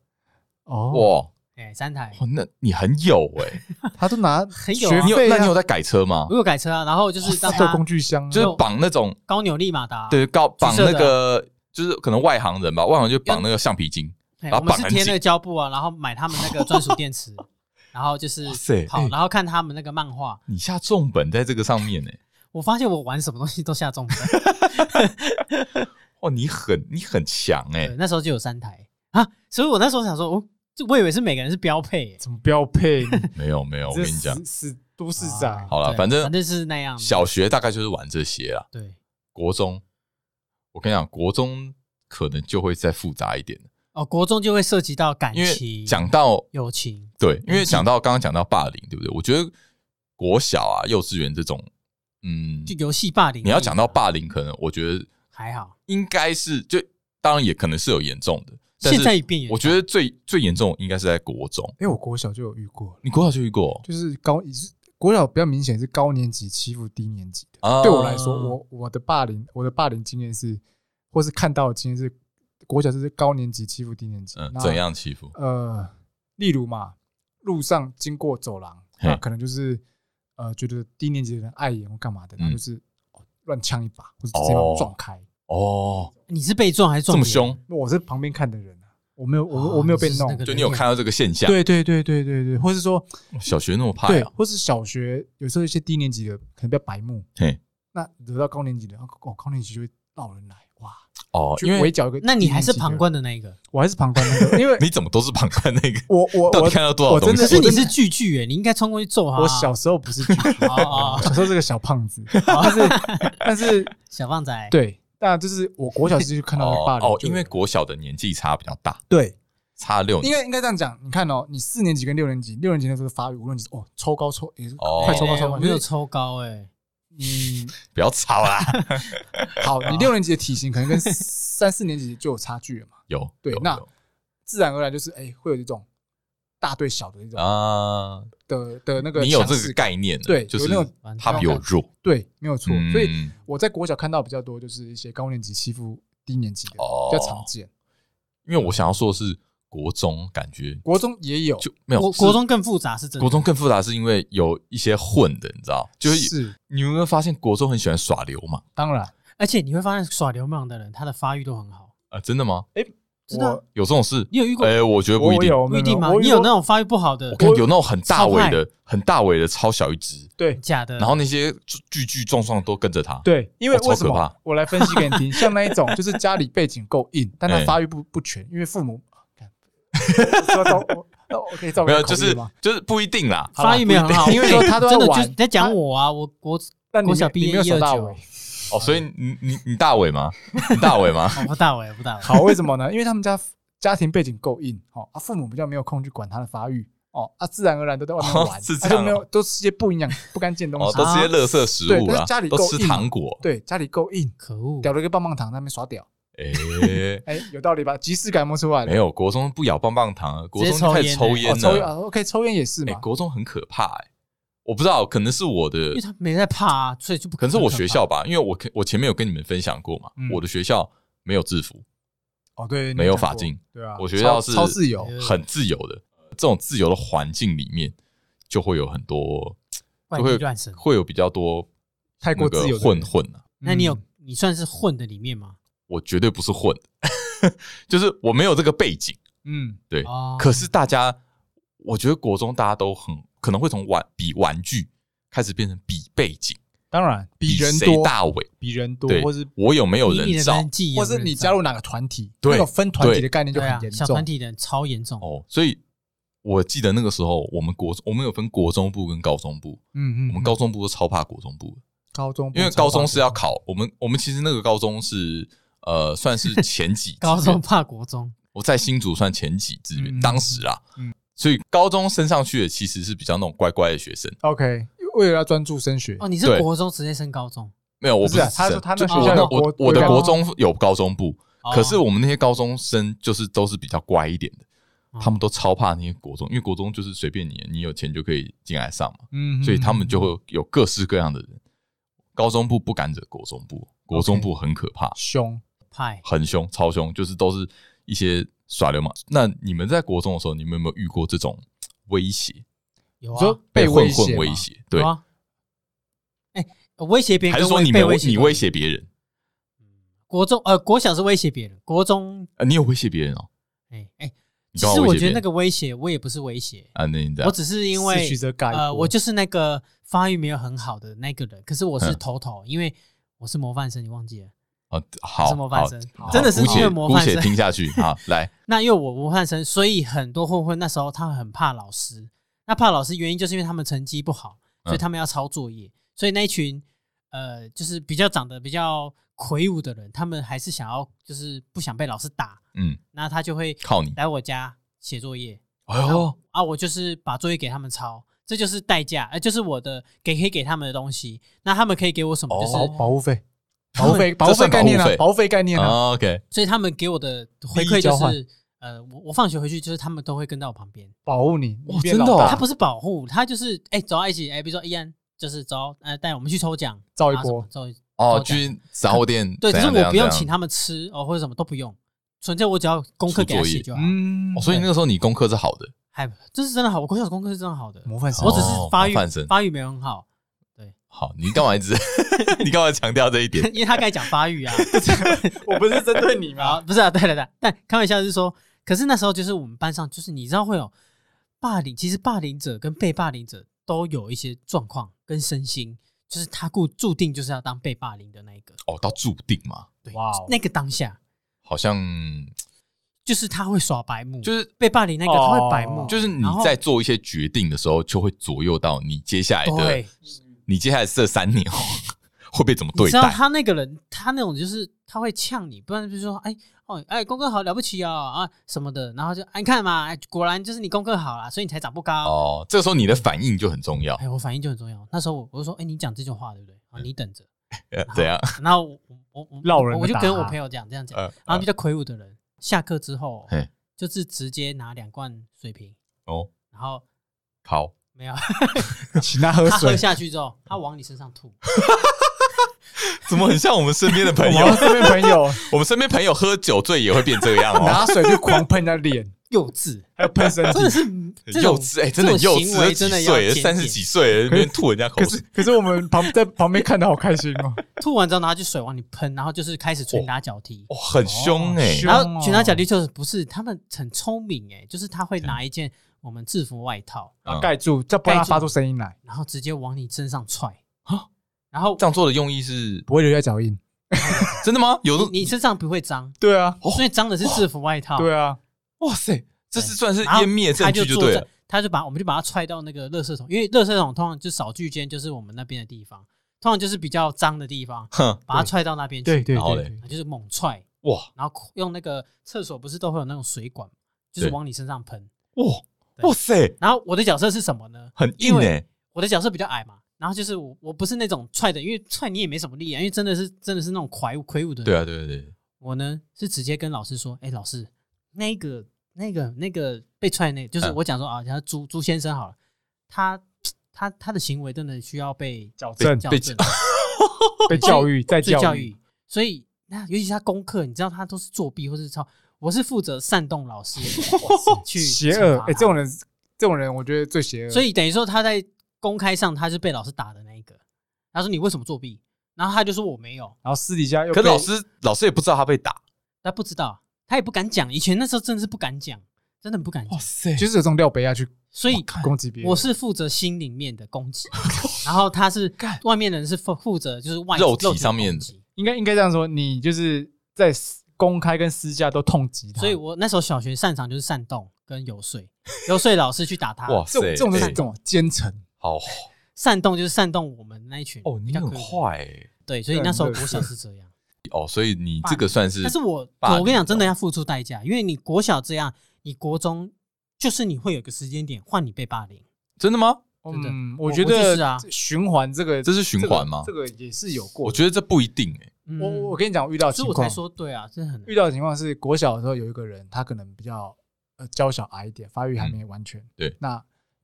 A: 哦，
B: 哇
C: 哎，三台。
B: 哇，那你很有哎、
A: 他都 [LAUGHS] 拿
C: 很有
A: 学
C: 啊
B: 你有
A: 费
B: 那
A: 啊
B: 你有在改车吗
C: 我？有改车啊，然后就是让
A: 他有
C: 他
A: 工具箱啊，
B: 就是绑那种
C: 高扭力马达，
B: 对高绑
C: 橘色
B: 那
C: 的啊
B: 个，就是可能外行人吧，外行就绑那个橡皮筋，
C: 哎，
B: 然
C: 我
B: 后
C: 们
B: 绑
C: 是
B: 很
C: 贴那
B: 紧
C: 个胶布啊，然后买他们那个专属电池，
B: [LAUGHS]
C: 然后就是
B: 哇塞
C: 跑
B: 哎，
C: 然后看他们那个漫画。
B: 你下重本在这个上面哎、
C: 我发现我玩什么东西都下重本，
B: 哇，你很你很强哎、
C: 对，那时候就有三台啊，所以我那时候想说，哦，这我以为是每个人是标配耶，
A: 怎么标配？
B: [LAUGHS]
A: 你
B: 没有没有，我
A: 这
B: 跟你讲
A: 死，死都市
C: 啊
A: 长，
B: 好了
C: 对
B: 反正
C: 反正是那样的，
B: 小学大概就是玩这些啊，
C: 对，
B: 国中，我跟你讲，国中可能就会再复杂一点，
C: 哦，国中就会涉及到感
B: 因为
C: 情、
B: 讲到
C: 友情，
B: 对，因为讲到刚刚讲到霸凌，对不对？我觉得国小啊、幼稚园这种，嗯，
C: 就游戏霸凌。啊
B: 你要讲到霸凌，可能我觉得
C: 还好，
B: 应该是就当然也可能是有严重的，但
C: 现在也
B: 是
C: 变严重，
B: 我觉得最最严重应该是在国中，
A: 因为哎我国小就有遇过，
B: 你国小就遇过
A: 就是高也是国小比较明显是高年级欺负低年级的。
B: 啊？
A: 对我来说，我我的霸凌，我的霸凌经验是，或是看到的经验是，国小就是高年级欺负低年级。
B: 嗯
A: 那
B: 怎？样欺负？
A: 呃，例如嘛，路上经过走廊，
B: 嘿
A: 那可能就是呃觉得低年级的人碍眼或干嘛
C: 嗯
A: 的，然后就是哦乱呛一把，或者直接把我撞开。
B: 哦，
C: 你是被撞还是
B: 这
C: 撞
B: 么
C: 别人？
B: 凶，
A: 那我是旁边看的人啊，我没有
C: 哦
A: 我我没有被
C: 你是那
A: 弄
C: 个。
B: 就你有看到这个现象？
A: 对对对对对对，或是说
B: 小学那么
C: 啊
B: 怕
A: 对
B: 呀？，
A: 或是小学有时候一些低年级的可能比较白目，
B: 嘿，
A: 那惹到高年级的，然后哦，高年级就会闹人来，哇，
B: 哦，
A: 就
B: 因为
A: 围剿一个。
C: 那你还是旁，观的那一个，
A: 我还是旁观那个，因为
B: 你怎么都是旁观那个？
A: 我我
C: [LAUGHS]
B: 到
A: 我
B: 底看到多少
A: 我
B: 东
A: 真
B: 西？
A: 的我
C: 可是你
A: 真的
C: 是巨巨哎，你应该冲过去揍他啊。
A: 我小时候不是巨巨，
C: [LAUGHS] 哦哦哦
A: 小时候是个小胖
C: [LAUGHS]
A: 子，但是但是
C: 小棒仔，
A: 对，那就是我国小时就看到那个霸凌
B: 哦哦，
A: 就
B: 因为国小的年纪差比较大，
A: 对，
B: 差六
A: 应
B: 年。
A: 该应该这样讲，你看哦，你四年级跟六年级，六年级那时候发育，五年级哦抽高抽也是
B: 哦
A: 快抽高
C: 哎
A: 抽
C: 我
A: 高，
C: 没
A: 就
C: 有
A: 是
C: 抽高哎，
A: 嗯
B: 不要吵
A: [LAUGHS]
B: 啦，
A: 好，你六年级的体型可能跟三四年级就有差距了嘛。
B: 有
A: 对
B: 有
A: 那
B: 有
A: 自然而然就是哎、会有一种大对小的一种
B: 啊，
A: 的的那个，
B: 你有这个，概念了，
A: 对
B: 就
A: 有
B: 是
A: 那种
C: 反正
B: 他比我弱，
A: 对，没有错。
B: 嗯
A: 所以我在国小看到比较多，就是一些高年级欺负低年级的，
B: 哦
A: 比较常见。
B: 因为我想要说的是国中感觉
A: 国中也有，
B: 就没有
C: 国
B: 是
C: 国中更复杂是真的。
B: 国中更复杂，是因为有一些混的，你知道，就是
A: 是
B: 你有没有发现国中很喜欢耍流氓
A: 当然，
C: 而且你会发现耍流氓的人，他的发育都很好。
B: 啊？真的吗？
C: 知道
A: 我
B: 有这种事？
C: 你有遇过
B: 哎，我觉得不一
A: 我
B: 定。
A: 有
C: 不
A: 没
C: 一定
A: 没
C: 吗？
A: 我
C: 你有
A: 过
C: 那种发育不好的
B: 我，看有那种很大尾
C: 超
B: 的，很大尾的，超小一只，
A: 对
C: 假的，
B: 然后那些巨巨撞撞都跟着它。
A: 对，因为
B: 哦超
A: 为什
B: 可
A: 么
B: 怕？
A: 我来分析给
B: [LAUGHS]
A: 你听，像那一种就是家里背景够硬，但他
B: 哎
A: 发育不不全，因为父
B: [LAUGHS]
A: 母。干 [LAUGHS] 说到我，那我可以照
B: 没有，就是
A: 吗？
B: 就是不一定啦。
C: 发育没有
B: [LAUGHS]
C: 很好，
A: 因为说他都在
C: 真的
A: 玩
C: 就是在讲我啊，我我
A: 但你
C: 国小
A: 没
C: 毕业
A: 你没有欸手
C: 129
A: 大尾，
B: 哦，所以你你你大尾吗？你大尾吗？
C: 我不大伟，我不大伟，
A: 好，为什么呢？因为他们家家庭背景够硬哦，啊，父母比较没有空去管他的发育哦，啊，自然而然都在外面
B: 哦
A: 玩，
B: 是这
A: 他就
B: 样
A: 没有
B: 哦
A: 都吃些不营养、不干净的东
B: 哦，
A: 西。
B: 都是些垃圾食物
A: 对但
B: 啦
A: 是家里，
B: 都
A: 够
B: 吃
A: 硬
B: 糖果。
A: 对，家里够硬，
C: 可恶，
A: 叼了一个棒棒糖在那边耍屌，
B: 哎，
A: 哎，有道理吧？即视感有没有出来？
B: 没有，国中不咬棒棒糖啊了，国
C: 直接
B: 中就开始
C: 抽
B: 抽
A: 哦，
B: 烟
A: 抽烟
B: 了。
A: 啊，OK，抽烟也是
B: 哎，
A: 嘛。
B: 国中很可怕哎，我不知道，可能是我的
C: 因为，他没在怕啊，所以就不
B: 可能是我学
C: 怕
B: 校吧，因为我我前面有跟你们分享过嘛
A: 嗯，
B: 我的学校没有制服，
A: 哦，对，你
B: 没有
A: 讲过
B: 法禁，
A: 对啊，
B: 我学校
A: 超
B: 是
A: 超自由，
C: 嗯
B: 很自由的。这种自由的环境里面，就会有很多，
C: 怪
B: 就会
C: 力乱神。
B: 会有比较多
A: 太
B: 那
A: 过
B: 个
A: 自由的
B: 混
A: 人
B: 混啊。
C: 那你有
A: 嗯
C: 你算是混的里面吗？
B: 我绝对不是混， [LAUGHS] 就是我没有这个背景。
A: 嗯
B: 对，
C: 哦，
B: 可是大家，我觉得国中大家都很可能会从玩比玩具开始变成比背景，
A: 当然比人
B: 谁
A: 多，
B: 大尾，
A: 比人多，
B: 对
A: 或是，
B: 我有没有
C: 你你
B: 人
C: 的
B: 照
C: 人际有
A: 或
C: 没有
A: 是你
C: 人
A: 加
C: 照
A: 入哪个团体，
B: 对
A: 那种分团体
B: 对
A: 的概念就
C: 对
A: 很
C: 啊
A: 严，
C: 小
A: 重
C: 团。体的人超严重，
B: 哦，所以我记得那个时候，我们国我们有分国中部跟高中部，
A: 嗯嗯，
B: 我们
A: 嗯
B: 高中部都超怕国中部的，
A: 高中不
B: 因为
A: 超
B: 高中
A: 发
B: 是要
A: 禁
B: 考我们我们其实那个高中是呃算
A: [LAUGHS]
B: 是前几志愿
C: 高中怕国中，
B: 我在新竹算前几志
A: 嗯
B: 愿，当时啊，所以高中升上去的其实是比较那种乖乖的学生，
A: OK，为了要专注升学，
C: 哦，你是
B: 对
C: 国中直接升高中，
B: 没有，我
A: 不是啊
B: 直
A: 他
B: 升
A: 说他那
B: 就
A: 学
B: 我
C: 校
B: 的
C: 有
A: 国
B: 我我的
A: 有
B: 国中有高中部，
C: 哦
B: 可是我们那些高中生就是都是比较乖一点的，
C: 哦
A: 哦
B: 他们都超怕那些国中，因为国中就是随便你，你有钱就可以进来上嘛，
A: 嗯
B: 所以他们就会有各式各样的人。高中部不敢惹国中部，国中部很可怕，
A: 凶。
C: 派
B: 很凶，超凶，就是都是一些耍流氓。那你们在国中的时候，你们有没有遇过这种威胁？
C: 有
A: 你
C: 啊，
A: 说被
B: 被混
A: 胁
B: 混
A: 吗
B: 威，胁，对
C: 有，啊，哎，威胁别人
B: 还是
C: 跟
B: 说
C: 威
B: 你
C: 被
B: 们
C: 胁
B: 你
C: 到
B: 威胁别人？
C: 国中呃国小是威胁别人，国中
B: 啊，你有威胁别人哦？
C: 哎哎，
B: 你
C: 其
B: 干嘛
C: 实我
B: 威胁别
C: 觉得
B: 人
C: 那个威胁我也不是威胁，
B: 啊，那你这
C: 我
B: 样
C: 只是因
A: 自
C: 为
A: 取者改
C: 呃
A: 过
C: 我就是那个发育没有很好的那个人，可是我是
B: 嗯
C: 头头，因为我是模范生，你忘记了。
B: 啊，好，
C: 是模范生
B: 好
C: 真的是
B: 姑且
C: 因为模范生
B: 姑且听下去好，来，
C: 那因为我模范生，所以很多混混那时候他很怕老师。那怕老师原因就是因为他们成绩不好，所
A: 嗯
C: 以他们要抄作业。所以那一群呃，就是比较长得比较魁梧的人，他们还是想要就是不想被老师打，
B: 嗯，
C: 那他就会
B: 靠你。
C: 来我家写作业。
B: 哎
A: 哦
B: 呦，
C: 啊，我就是把作业给他们抄，这就是代价，呃，就是我的给可以给他们的东西。那他们可以给我什么？就是、
A: 保保护
C: [LAUGHS]
A: 费，保
C: 们
A: 护费，保护
B: 这
A: 费
B: 算
A: 概念
B: 保护
A: 啊，
B: 费
A: 保护费概念啊，
B: 啊 OK，
C: 所以他们给我的回
A: 利益
C: 馈就
A: 交换
C: 是，呃，我我放学回去就是他们都会跟到我旁边。
A: 保护你。
B: 哇
A: 你变
B: 真的
A: 老大
B: 哦
C: 他不是保护，他就是哎、走到一起，哎、比如说依安就是走，呃，带我们去抽奖，
A: 造一
C: 啊什
A: 波
C: 么抽一
B: 哦，
C: 抽奖
B: 去杂货店，
C: 对，只
B: 怎
C: 是
B: 样怎
C: 我
B: 样
C: 不用
B: 怎样
C: 请他们吃哦，或者什么都不用，纯粹我只要功课
B: 出
C: 给他
B: 作业
C: 写就好。
A: 嗯
B: 哦，所以那个时候你功课是好的，
C: 还这是真的好，我国小功课是真的好的，
A: 模范生，
C: 啊我只是
B: 哦
C: 发育、
B: 模范生
C: 发育没有很好，
B: 好，你干嘛一直 [LAUGHS] 你干嘛强调这一点？
C: 因为他该讲发育啊，
A: 我不是针对你
C: [LAUGHS] 啊，
A: 吗？
C: 不是啊，对对对，但开玩笑是说，可是那时候就是我们班上，就是你知道会有霸凌，其实霸凌者跟被霸凌者都有一些状况跟身心，就是他固注定就是要当被霸凌的那一个，
B: 哦，到注定嘛，
C: 对，
A: 哇哦
C: 那个当下
B: 好像
C: 就是他会耍白目，
B: 就是
C: 被霸凌那个他会白
A: 哦
C: 目，
B: 就是你
C: 然后
B: 在做一些决定的时候，就会左右到你接下来的
C: 对，
B: 你接下来这三年 [LAUGHS] 会被怎么
C: 你
B: 对
C: 知道
B: 待。
C: 他那个人，他那种就是他会呛你，不然就是说，哎哦哎，功课好了不起哦啊什么的，然后就哎你看嘛，哎果然就是你功课好啦，所以你才长不高
B: 哦，这个时候你的反应就很重
C: [LAUGHS]
B: 要，
C: 哎，我反应就很重要。那时候我我就说，哎、你讲这种话对不对？啊，你等着。
B: 呃怎
C: [LAUGHS]
B: 样？
C: 然后我我我
A: 绕人
C: 我就
A: 打
C: 跟
A: 他
C: 我朋友讲这样讲，
B: 呃，
C: 然后比较魁梧的人，下课之后
B: 嘿
C: 就是直接拿两罐水瓶，
B: 哦，
C: 然后
B: 好，
C: 没有
A: [LAUGHS] 请他喝
C: 他喝
A: 水。
C: 下去之后，他往你身上吐，
B: 怎么很像我们身边的朋
A: 我
B: 友
A: [LAUGHS] 要？这边朋友
B: 我们身边朋友喝酒醉也会变这样哦。
A: 拿水就狂喷人家脸，
C: 幼
B: [LAUGHS]
C: 稚，
A: [LAUGHS] 还有喷身体
C: 真。的是
B: 很 [LAUGHS]
C: 这种
B: 幼稚哎、真的很幼
C: 这种行
B: 稚，
C: 为
B: 都
C: 真的
B: 几
C: 要
B: 岁了，
C: 检
B: 三十
C: 点
B: 几岁了，那
C: [LAUGHS]
B: 边吐人家口
A: 可
B: 水
A: 是，可是我们旁在旁边看的好开心哦， [LAUGHS]
C: 吐完之后，然后就水往你喷，然后就是开始拳
B: 哦
C: 打脚踢。
B: 哇、很凶哎、
A: 凶
C: 然后
A: 哦
C: 拳打脚踢就是不是他们很聪明哎、就是他会拿一件我们制服外套，
A: 然后
B: 嗯
A: 盖住，再不让它
C: 盖住
A: 发出声音来，
C: 然后直接往你身上踹然后
B: 啊这样做的用意是
A: 不会留下脚印。
B: 真的吗？有的
C: 你你身上不会脏，
A: 对啊，
B: 哦
C: 所以脏的是制服外套。
A: 对啊，
B: 哇塞，这是
C: 对
B: 算是
C: 然后
B: 湮灭证
C: 他
B: 据就
C: 坐
B: 对
C: 在
B: 了。
C: 他就把我们就把他踹到那个垃圾桶，因为垃圾桶通常就扫具间就是我们那边的地方，通常就是比较脏的地方，
B: 哼，
C: 把他踹到那边去，
A: 对对
B: 然后
A: 对
B: 嘞
A: 对，
C: 就是猛踹，
B: 哇
C: 然后用那个厕所不是都会有那种水管，就是
B: 对
C: 往你身上喷。
B: 哇
C: 对
B: 哇塞，
C: 然后我的角色是什么呢？
B: 很硬
C: 因为
B: 哎、
C: 我的角色比较矮嘛，然后就是我我不是那种踹的，因为踹你也没什么力啊，因为真的是真的是那种魁梧魁梧的。
B: 对啊，对对对，
C: 我呢是直接跟老师说，哎、老师，那个那个那个被踹的那个，就是
B: 嗯
C: 我讲说啊，然后朱朱先生好了，他他他的行为真的需要被
A: 矫
B: 正
A: 正
C: 矫
B: 被
C: 正、
A: 被教
C: [LAUGHS]
A: 育再 [LAUGHS]
C: 被
A: 教
C: 教
A: 育，
C: 育，所以那尤其是他功课，你知道他都是作弊或是抄，我是负责煽动
A: [LAUGHS]
C: 老师去
A: 邪
C: 惩
A: 恶。
C: 罚
A: 哎，
C: 他
A: 这种人，这种人我觉得最邪恶。
C: 所以等于说他在公开上他是被老师打的那一个，他说你为什么作弊？然后他就说我没有，
A: 然后私底下又
B: 可
A: 被
B: 老师老师也不知道他被打，
C: 他不知道，他也不敢讲。以前那时候真的是不敢讲，真的很不敢讲。
B: 塞
A: 就是有这种廖北亚去
C: 所以
A: 攻击别人。
C: 我是负责心里面的攻击，然后他是外面的人是负负责就是外
B: 肉体
C: 体
B: 上面
C: 攻击。
A: 应该应该这样说，你就是在私公开跟私下都痛击他。
C: 所以我那时候小学擅长就是煽动跟游说，游说老师去打他。
B: 哇
A: 这
B: 塞，
A: 种这种就是
B: 哎
A: 这种奸臣，
B: 好
C: 煽动就是煽动我们那一群。
B: 哦，你很。快、欸、
C: 对，所以那时候国小是这样，
B: 哦，所以你这个算是
C: 但是我
B: 霸凌
C: 我跟你讲，真的要付出代价，因为你国小这样，你国中就是你会有个时间点换你被霸凌。
B: 真的吗？
C: 真的
A: 嗯，
C: 我
A: 我觉
C: 我就是啊
A: 得循环这个
B: 这是循环吗
A: 这个这个也是有过的。
B: 我觉得这不一定哎、
C: 嗯
A: 我我我跟你讲，我遇到的
C: 所
A: 情
C: 以我
A: 况
C: 才，说对啊，真的很
A: 遇到的情况是国小的时候有一个人，他可能比较呃娇小矮一点，发
C: 嗯
A: 育还没完全，
B: 对，
A: 那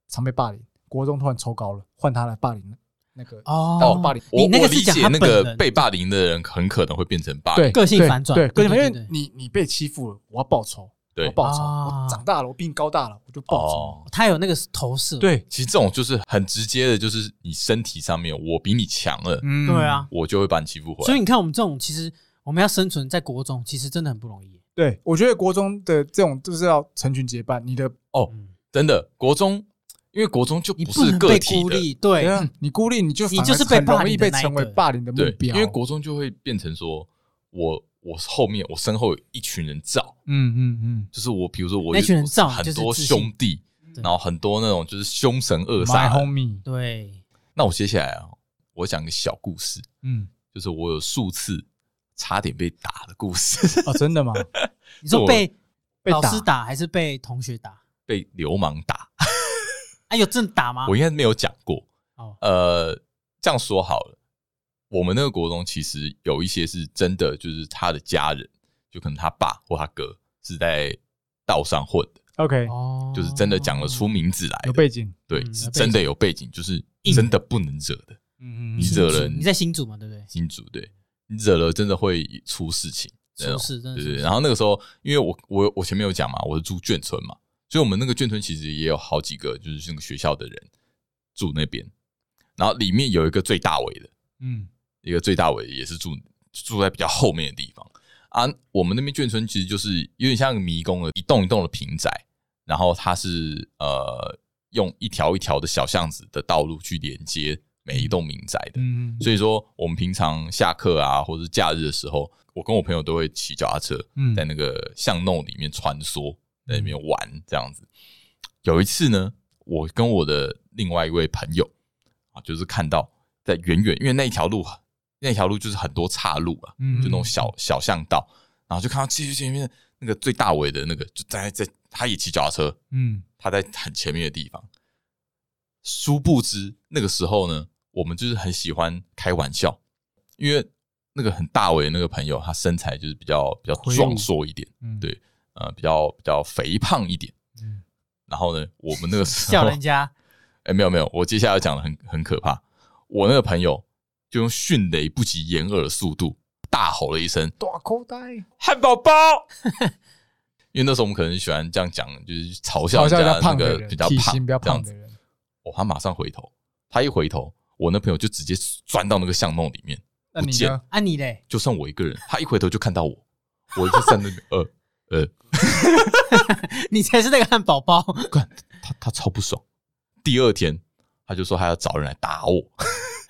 A: 常被霸凌。国中突然抽高了，换他来霸凌那个
C: 哦
A: 到霸凌，
B: 我
C: 你那个
B: 我
C: 是
B: 理
C: 讲
B: 解
C: 他
B: 那
C: 本
B: 个
C: 人
B: 被霸凌的人很可能会变成霸凌
A: 对，
C: 啊个性
A: 对
C: 反转
A: 对，个性反转，
C: 对对
A: 因
C: 对
A: 为你你被欺负了，我要报仇，我
B: 对
A: 要报仇，
C: 啊
A: 我长大了，我比你高大了，我就报仇。
B: 哦。
C: 他有那个投射。
A: 对，
B: 其实这种就是很直接的，就是你身体上面我比你强了，
A: 嗯
C: 对啊，，
B: 我就会把你欺负回来。
C: 所以你看，我们这种其实我们要生存在国中，其实真的很不容易。
A: 对，我觉得国中的这种就是要成群结伴，你的
B: 哦，
C: 嗯，
B: 真的，国中因为国中就
C: 你
B: 不是
C: 能
B: 个
C: 被
B: 体
C: 孤
B: 的，
C: 立，对，
A: 嗯你孤立，你就
C: 你
A: 反而
C: 就是被
A: 很容
C: 霸
A: 易
C: 凌的
A: 被
C: 那一
A: 成为
C: 个
A: 霸凌的目
B: 对，因
A: 标，
B: 为国中就会变成说我我后面我身后有一群人罩，
A: 嗯嗯嗯
B: 就是我比如说我
C: 那群人罩
B: 我很
C: 就
B: 多
C: 是自信
B: 兄弟，
C: 对
B: 然后很多那种就是凶神恶
A: ，my
B: 煞的。
A: homie，
C: 对，
B: 那我接下来啊，我讲个小故事，
A: 嗯，
B: 就是我有数次差点被打的故事， [LAUGHS]
A: 哦，真的 [LAUGHS] 吗？
C: 你说
B: 我
C: 被
A: 被
C: 老
A: 打
C: 师打还是被同学打？
B: 被流氓打，
C: 哎，有真的打吗
B: 我？应该没有讲过。
C: 哦，
B: 呃，这样说好了，我们那个国中其实有一些是真的，就是他的家人，就可能他爸或他哥是在道上混的，
A: ，OK，
C: 哦
B: 就是真的讲得出名字来
A: 有
B: 的，
A: 背景，
B: 对，
C: 嗯
B: 是
C: 有背
B: 真的有背景，就是
C: 硬
B: 真的不能惹的，
A: 嗯
B: 你惹人
C: 你在新组嘛，对不对？
B: 金主对你惹了真的会出事情，那
C: 出
B: 种
C: 事真的
B: 对
C: 出
B: 对，
C: 事
B: 对然后那个时候，因为我我我前面有讲嘛，我是住眷村嘛，所以我们那个眷村其实也有好几个就是那个学校的人住那边，然后里面有一个最大尾的，
A: 嗯
B: 一个最大尾也是住住在比较后面的地方啊。我们那边眷村其实就是有点像迷宫的一栋一栋的平宅，然后它是呃用一条一条的小巷子的道路去连接每一栋民宅的。
A: 嗯，
B: 所以说，我们平常下课啊，或者是假日的时候，我跟我朋友都会骑脚踏车
A: 嗯
B: 在那个巷弄里面穿梭，在那边玩这样子。有一次呢，我跟我的另外一位朋友啊，就是看到在远远，因为那一条路那条路就是很多岔路啊，
A: 嗯
B: 就那种小小巷道，然后就看到继续前面那个最大尾的那个，就在在他也骑脚踏车，
A: 嗯
B: 他在很前面的地方。殊不知那个时候呢，我们就是很喜欢开玩笑，因为那个很大尾的那个朋友，他身材就是比较比较
A: 魁梧
B: 壮硕一点，
A: 嗯，
B: 对呃，比较比较肥胖一点。
A: 嗯
B: 然后呢，我们那个时
C: 笑
B: 候，哎 [LAUGHS] 哎
C: 人、家，
B: 没有没有，我接下来要讲的很很可怕。我那个朋友就用迅雷不及掩耳的速度大吼了一声
A: [LAUGHS] 大口袋，
B: “汉堡包”因为那时候我们可能喜欢这样讲，就是嘲笑
A: 好像
B: 人家
A: 比较
B: 那
A: 胖
B: 个
A: 的人，
B: 比较
A: 体
B: 胖
A: 型比较
B: 这样
A: 胖
B: 子
A: 的。人，
B: 哦，他马上回头，他一回头，我那朋友就直接钻到那个巷弄里面，
A: 那
B: 不
A: 你
B: 见
A: 呢？
C: 啊你嘞，
B: 就剩我一个人。他一回头就看到我，我就站在那边， [LAUGHS] 呃呃，
C: 你才是那个汉堡包， [LAUGHS]
B: 他他超不爽。第二天他就说他要找人来打我，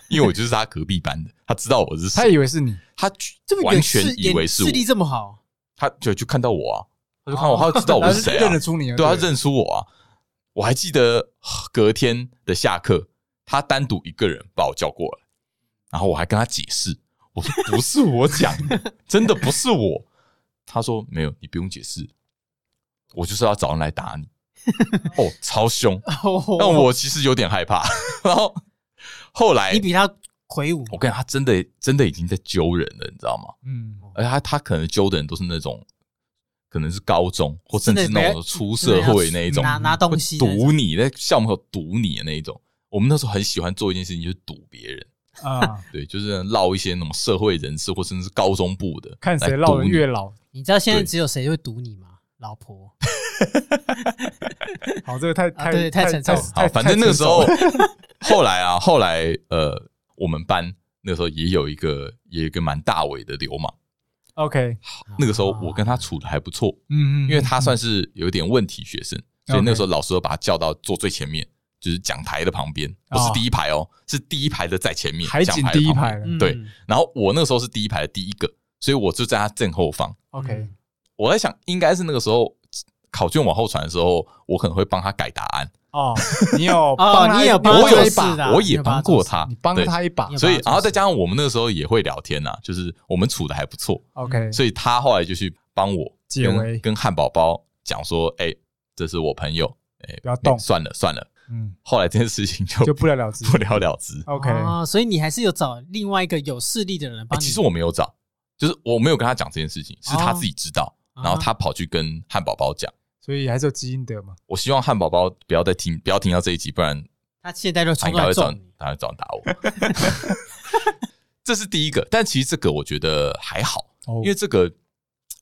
B: 因为我就是他隔壁班的，他知道我是
A: 他
B: 谁，
A: 以为是你，
B: 他
C: 这么远
B: 完全
C: 视
B: 以为
C: 眼
B: 是我
C: 视，力哦这么好，
B: 他就就看到我啊，他就看我，他就知道我
A: 他
B: 是谁啊
C: [LAUGHS]
A: 认得，出你了，
B: 对他认出我啊。我还记得隔天的下课，他单独一个人把我叫过来，然后我还跟他解释，我说不是我讲 [LAUGHS] 的，真的不是我。他说没有，你不用解释，我就是要找人来打 [LAUGHS] 你。哦，超凶，但
C: 哦，
B: 我其实有点害怕。 [LAUGHS] 然后后来
C: 你，比他魁梧，
B: 我跟你讲，他真的真的已经在揪人了，你知道吗？
A: 嗯，
B: 而且他他可能揪的人都是那种，可能是高中或甚至那种出社会那一种，
C: 拿拿东西的那种
B: 堵你在校门口堵你的那一种。我们那时候很喜欢做一件事情，就是堵别人，
A: 啊，
B: 对，就是绕一些那种社会人士或甚至是高中部的，
A: 看谁
B: 来堵
A: 绕人
B: 你哦
A: 越老。
C: 你知道现在
B: 对
C: 只有谁会堵你吗？老婆，
A: 好，这个太
C: 啊对
A: 太
C: 太沉重了
B: 好，
A: 太
B: 反正那个时候
A: 太沉重了，
B: [LAUGHS]
A: [LAUGHS]
B: 后来啊，后来呃，我们班那时候也有一个也有一个蛮大尾的流氓，
A: OK，
B: 那个时候我
A: 啊
B: 跟他处的还不错，
A: 嗯嗯，
B: 因为他算是有点问题学生，所以那个时候老师都把他叫到坐最前面，就是讲台的旁边，不是
A: 哦
B: 第一排哦，是第一排的在前面，
A: 海
B: 讲
A: 景
B: 台的
A: 第一
B: 旁边
A: 排了
C: 嗯
B: 对然后我那时候是第一排的第一个，所以我就在他正后方。
A: ，OK，
C: 嗯
B: 我在想，应该是那个时候考卷往后传的时候，我可能会帮他改答案，
A: 哦，你有帮
C: 哦，
A: 他
C: 你有帮
B: 我
A: 他
B: 有
C: 这
A: 一
C: 事
A: 把，
C: 的啊，
B: 我
C: 你
B: 也
C: 有帮
B: 帮
C: 他做
B: 过
C: 事，
B: 他
A: 你，帮
B: 对。
A: 他一把
C: 你有帮他
B: 所以，
C: 做
B: 然后
C: 事
B: 再加上我们那个时候也会聊天呐、啊就是我们处的还不错，
A: ，OK，
B: 所以他后来就去帮我
A: 解围
B: 跟跟汉堡包讲说：“哎、这是我朋友，哎、
A: 不要动
B: 算了算了。”
A: 嗯，
B: 后来这件事情就
A: 就不了了之
B: 不了了之。
A: ，OK，
C: 哦，所以你还是有找另外一个有势力的人
B: 哎，
C: 帮你。
B: 其实我没有找，就是我没有跟他讲这件事情，是他自己知道，
C: 哦
B: 然后他跑去跟汉堡包讲。
A: 所以还是有基因的嘛，
B: 我希望汉堡包不要再听，不要听到这一集，不然
C: 他现在就
B: 他
C: 冲
B: 应该
C: 来
B: 会找
C: 撞
B: 人
C: 你，
B: 他会找人打我。 [LAUGHS] 这是第一个，但其实这个我觉得还好，
A: 哦
B: 因为这个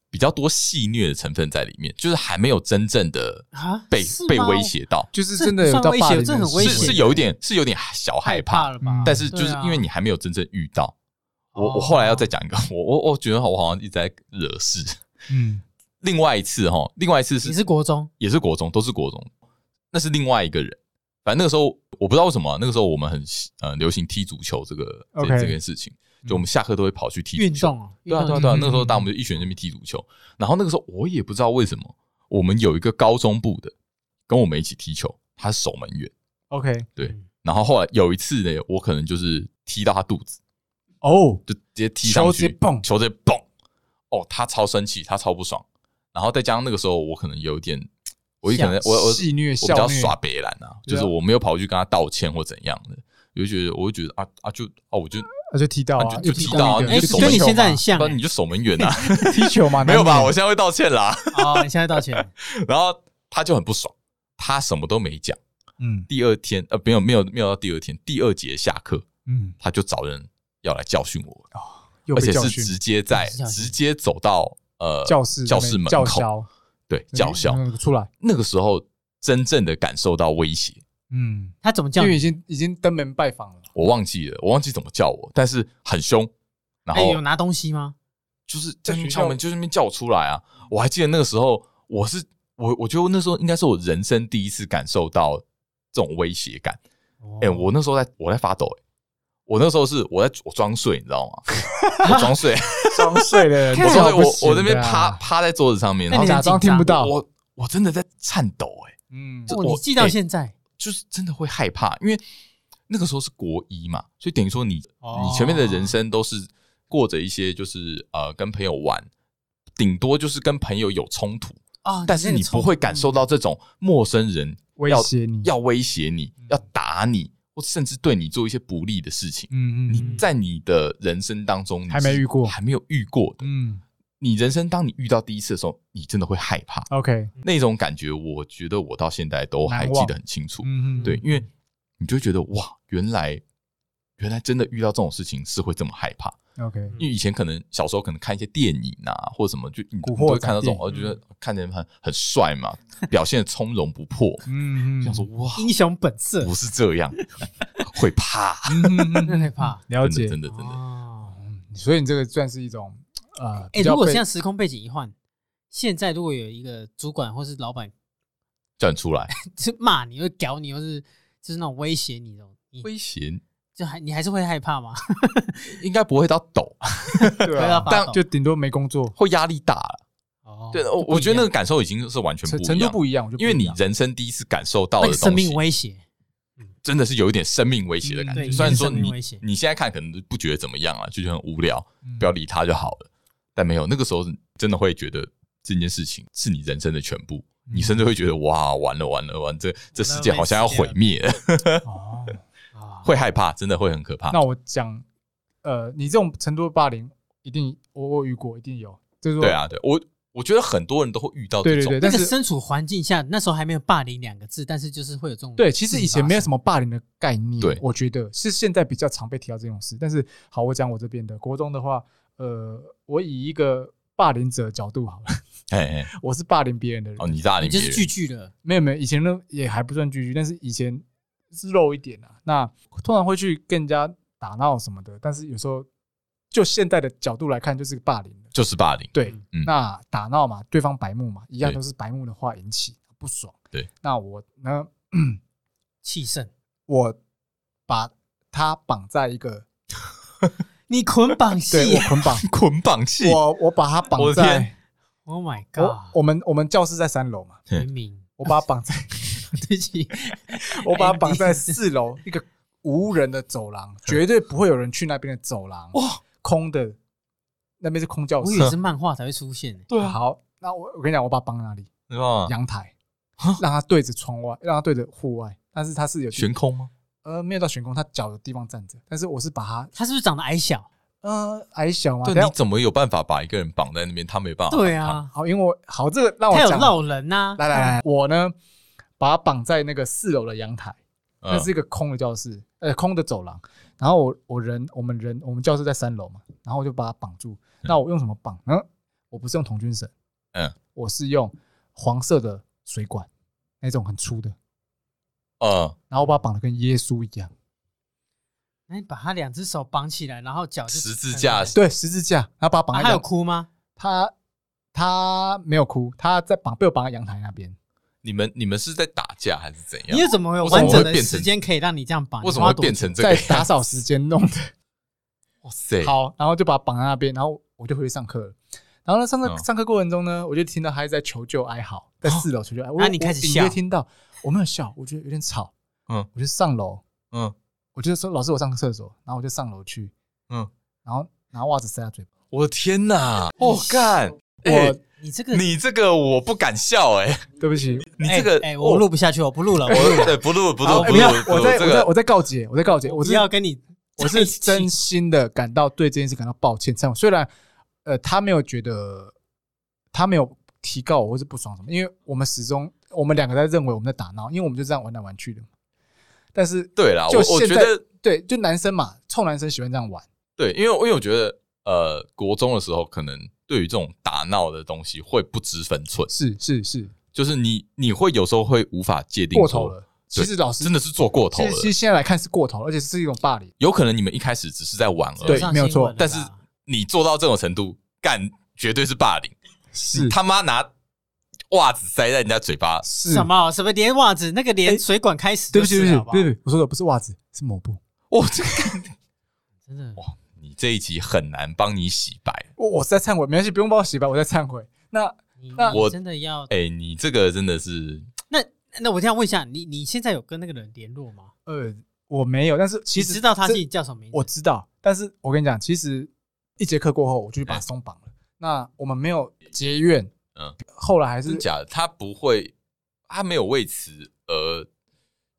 B: 比较多戏虐的成分在里面，就是还没有真正的
C: 啊
B: 被
C: 是吗
B: 被威胁到，
A: 就是
C: 这
A: 真的有
C: 算
A: 到
C: 威
A: 霸
C: 胁
A: 凌
C: 这
A: 的
C: 很
A: 行
C: 危
A: 为
B: 是
C: 险
B: 是有一点是有点小害
C: 害
B: 怕，
C: 怕了吧
A: 嗯？
B: 但是就
C: 对
B: 是
C: 啊
B: 因为你还没有真正遇到，我我
C: 哦
B: 后来要再讲一个，我我我觉得我好像一直在惹事。
A: 嗯，
B: 另外一次哈，另外一次
C: 你
B: 是
C: 是国中，
B: 也是国中，都是国中，那是另外一个人。反正那个时候我不知道为什么，那个时候我们很呃流行踢足球这个这
A: OK
B: 这件事情，就我们下课都会跑去踢
C: 运
B: 足球。
C: 动哦，
B: 对啊对
C: 运动
B: 啊对啊，
A: 嗯
B: 那个时候大家我们就一群人在那边踢足球。然后那个时候我也不知道为什么，我们有一个高中部的跟我们一起踢球，他是守门员。
A: ，OK，
B: 对
C: 嗯，
B: 然后后来有一次呢，我可能就是踢到他肚子，
A: 哦，
B: 就直接踢上
A: 球直
B: 去，
A: 接蹦
B: 球直接蹦。哦，他超生气，他超不爽。然后再加上那个时候，我可能有点，我可能我我我
A: 戏虐
B: 比
A: 笑
B: 较
A: 虐
B: 耍北兰啊，
A: 对
B: 就
A: 啊
B: 是我没有跑去跟他道歉或怎样的，我就觉得我就觉得啊啊就啊我就
A: 那就踢到
B: 啊
A: 啊，
B: 就就
A: 踢
B: 踢
A: 到
B: 到啊
A: 一个
C: 哎
B: 你就，
A: 就
C: 跟
A: 踢
C: 你
A: 球
C: 现在
A: 嘛
C: 很像
B: 不
C: 哎
B: 然你就守门员啊，
A: 踢球嘛，
B: [LAUGHS] 没有吧？
A: 难免
B: 我现在会道歉啦。
C: 哦，你现在道歉，
B: 然后他就很不爽，他什么都没讲。
A: 嗯
B: 第二天呃没有没有没有到第二天，第二节下课
A: 嗯，
B: 他就找人要来教训我了。
A: 又
B: 而
A: 被
B: 且
A: 教
B: 是
A: 训
B: 直接在
C: 教训
B: 直接走到呃
A: 教室
B: 教
A: 那边
B: 室门
A: 叫
B: 口，
A: 嚣
B: 对叫嚣。
A: 嗯出来，
B: 那个时候真正的感受到威胁，
A: 嗯，
C: 他怎么叫
A: 因为
C: 你？
A: 已经已经登门拜访了，
B: 我忘记了，我忘记怎么叫我，但是很凶，然
C: 哎，
B: 后
C: 有拿东西吗？
B: 就是在
A: 学
B: 学
A: 校
B: 校门就那边叫我出来啊！我还记得那个时候，我是我我觉得那时候应该是我人生第一次感受到这种威胁感。
A: 哦
B: 哎、我那时候在我在发抖、哎，我那时候是我在我装睡，你知道吗？ [LAUGHS] 我装
A: [LAUGHS]
B: 睡，
A: 装睡的人，
B: 我装睡，
A: 不行
B: 我我那边
A: 的啊
B: 趴，趴在桌子上面，
C: 那
B: 然后
C: 你
A: 假装听不到，
B: 我我真的在颤抖、哎。
A: 嗯
C: 哦，你
B: 我
C: 记到
B: 哎
C: 现在，
B: 就是真的会害怕，因为那个时候是国一嘛，所以等于说你、
C: 哦
B: 你前面的人生都是过着一些就是呃跟朋友玩，顶多就是跟朋友有冲突，
C: 啊，
B: 但是
C: 那个
B: 你
C: 冲嗯
B: 不会感受到这种陌生人
A: 威
B: 要
A: 胁嗯你，
B: 要威胁你、要打你，或甚至对你做一些不利的事情。
A: 嗯嗯
B: 你在你的人生当中你
A: 还没
B: 是
A: 遇过
B: 还没有遇过的。
A: 嗯
B: 你人生当你遇到第一次的时候，你真的会害怕
A: ，OK，
B: 那种感觉。我觉得我到现在都还
A: 嗯难
B: 记
A: 忘
B: 得很清楚。
A: 嗯嗯，
B: 对，因为你就会觉得哇，原来原来真的遇到这种事情是会这么害怕，
A: OK，
B: 因为以前可能小时候可能看一些电影啊，或者什么，就你
A: 古惑
B: 你都会
A: 仔
B: 看到这种，
A: 电嗯
B: 我觉得看起来很很帅嘛，表现的从容不迫，
A: 嗯，嗯
B: 想说哇，
C: 英雄本色，
B: 不是这样， [LAUGHS] 会怕，
A: 嗯
C: 那害怕。
A: 了
B: [LAUGHS] 真
A: 解
B: 的，真的真的，
C: 哦，
A: 所以你这个算是一种呃，
C: 哎，
A: 比较
C: 如果
A: 被
C: 现在时空背景一换，现在如果有一个主管或是老板
B: 站出来
C: 就骂你，会屌你，或是就是那种威胁你这种，你
B: 危险，
C: 就还你还是会害怕吗？
B: 应该不会到抖，
A: 对
C: [LAUGHS] 会到
A: 啊，
C: 发
B: 但
C: 抖
A: 就顶多没工作，
B: 会压力大了。
C: 哦
B: 对，
C: 就
B: 我
C: 不
B: 我
C: 一
B: 觉得那
C: 样
B: 个感受已经是完全
A: 程
B: 不一
A: 程度
B: 样，
A: 不一样，我就不
B: 因为
A: 一
B: 你
A: 样
B: 人生第一次感受到
C: 那
B: 的
C: 个生
B: 东西
C: 命，威胁，
B: 真的是有一点生命威胁的感
C: 嗯
B: 觉。
C: 对
B: 虽然说
C: 有点
B: 你
C: 生命威胁
B: 你现在看可能不觉得怎么样啊，就觉得很无聊，
A: 嗯
B: 不要理他就好了。但没有，那个时候真的会觉得这件事情是你人生的全部，
A: 嗯
B: 你甚至会觉得哇，完了完了完了，这这世界好像要
A: 啊
B: 毁灭 [LAUGHS] 了，
A: 哦。
C: 啊
B: 会害怕，真的会很可怕。
A: 那我讲，呃，你这种程度的霸凌，一定我我遇过，一定有，就是说
B: 对，啊，对我我觉得很多人都会遇到
A: 对
B: 这
A: 对
B: 种
A: 对，，
C: 那
A: 但
C: 个
A: 是
C: 身处环境下，那时候还没有“霸凌”两个字，但是就是会有这种
A: 对，其实以前没有什么
C: 么
A: 霸凌的概念，
B: 对
A: 我觉得是现在比较常被提到这种事。但是好，我讲我这边的国中的话，呃，我以一个霸凌者的角度好了， [LAUGHS]
B: 哎哎，
A: 我是霸凌别人的人，
B: 哦，你大
C: 你
B: 龄别
C: 就是
B: 人
C: 聚聚了，
A: 没有没有，以前呢也还不算聚聚，但是以前是肉一点啊。那通常会去跟人家打闹什么的，但是有时候就现在的角度来看，就是个霸凌了。
B: 就是霸凌， [LAUGHS]
A: 对，
B: 嗯
A: 那打闹嘛，对方白目嘛，一样
B: 对
A: 都是白目的话引起不爽。
B: 对，
A: 那我呢，
C: 气盛，
A: 我把他绑在一个，
C: 你捆绑
A: 对
C: 系
A: 我捆绑，
B: 捆绑器，
A: 我我把他绑
B: 我的
A: 在
B: 天
C: ，Oh
A: 我
C: my God，
A: 我们我们教室在三楼嘛，
C: 明明
A: 我把他绑在
C: 对不起，
A: 我把他绑
C: 哎
A: 在四楼一个无人的走廊，绝对不会有人去那边的走廊。哇，空的，那边是空教
C: 我
A: 室
C: 以。为是漫画才会出现呢，
A: 对、好，那我我跟你讲，我把他绑在哪里？
B: 你知道吗？
A: 阳台，让他对着窗外，让他对着户外。但是他是有
B: 悬空吗？
A: 呃，没有到悬空，他脚的地方站着。但是我是把他
C: 他是不是长得矮小？
A: 呃矮小嘛，
B: 对，
A: 等一
B: 你
A: 下
B: 怎么有办法把一个人绑在那边？他没办法，
C: 对，啊，
A: 好，因为我好这个让我
C: 他有
A: 讲，
C: 闹人呐，
A: 来来来，我呢把他绑在那个四楼的阳台，那
B: [LAUGHS] 嗯
A: 是一个空的教室，呃，空的走廊。然后我我人我们人我们教室在三楼嘛，然后我就把它绑住。那我用什么绑呢？我不是用童军绳，
B: 嗯，
A: 我是用黄色的水管，那种很粗的。
B: 嗯，
A: 然后我把它绑的跟耶稣一样，
C: 那你把他两只手绑起来，然后脚就
B: 十字架
A: 对，十字架，然后把它绑
C: 啊
A: 在
C: 他有
A: 阳。
C: 哭吗？
A: 他他没有哭，他在绑被我绑在阳台那边。
B: 你们你们是在打架还是怎
C: 你
B: 样？
C: 又怎么有
B: 为什么
C: 完整
B: 会
C: 的
B: 变成
C: 时间可以让你这样绑？
B: 为什么
C: 你花
B: 会
C: 多
B: 变
C: 久
B: 成这个
A: 在
B: 样？
A: 打扫时间弄的。
B: 哇塞，
A: 好，然后就把它绑在那边，然后我就回去上课了。然后呢，上课、
B: 嗯
A: 上课过程中呢，我就听到他在求救哀嚎，在四楼求救哀嚎。
C: 啊
A: 我
C: 你开始
A: 我隐
C: 笑
A: 约听到，我没有笑，我觉得有点吵。
B: 嗯
A: 我就上楼，
B: 嗯，
A: 我就说老师，我上个厕所，然后我就上楼去，
B: 嗯，
A: 然后拿袜子塞他嘴巴。
B: 我的天哪！我干，哎，
C: 你这个
B: 你这个我不敢笑，哎，
A: 对不起，
B: 你这个
C: 哎，我录不下去，我不录了，我
B: 我对不录不
A: 好
B: 录不
A: 哎没
B: 录
A: 有，，
B: 不
A: 我
B: 录
A: 在
B: 这
A: 我在
B: 个
A: 我在告解，我在告解，我
C: 不
A: 是
C: 要跟你，
A: 我是真心的感到对这件事感到抱歉。这样，虽然呃，他没有觉得他没有提告我或是不爽什么，因为我们始终我们两个在认为我们在打闹，因为我们就这样玩来玩去的嘛。但是
B: 对啦，
A: 就
B: 我我
A: 现
B: 觉
A: 在
B: 得
A: 对，就男生嘛，臭男生喜欢这样玩，
B: 对，因为因为我觉得呃，国中的时候可能对于这种打闹的东西会不知分寸，
A: 是是是，
B: 就是你你会有时候会无法界定
A: 过
B: 说
A: 头，了。其实老师
B: 真的是做过头
A: 其
B: 了
A: 实，其实现在来看是过头，而且是一种霸凌。
B: 有可能你们一开始只是在玩而
A: 对
B: 已，
A: 没有错
B: 但是你做到这种程度，干绝对是霸凌，
A: 是
B: 你他妈拿袜子塞在人家嘴巴，
A: 是
C: 什？么什么连袜子那个连水管开始
A: 嗯哎对不
C: 就
A: 起
C: 是
A: 对
C: 了，好
A: 不
C: 不
A: 起
C: 好
A: 对不起，我说的不是袜子，是抹布。
B: 我这个
C: 真的
B: 哇，你这一集很难帮你洗白。
A: 我我是在忏悔，没关系，不用帮我洗白，我在忏悔。那
C: 你
A: 那
C: 你真的要
B: 哎、你这个真的是，
C: 那那我这样问一下，你你现在有跟那个人联络吗？
A: 呃，我没有，但是其实
C: 你知道他
A: 这
C: 自己叫什么名字？
A: 我知道，但是我跟你讲，其实一节课过后，我就去把它松绑了。那我们没有结怨，
B: 哎嗯，
A: 后来还是
B: 真假的？他不会，他没有为此而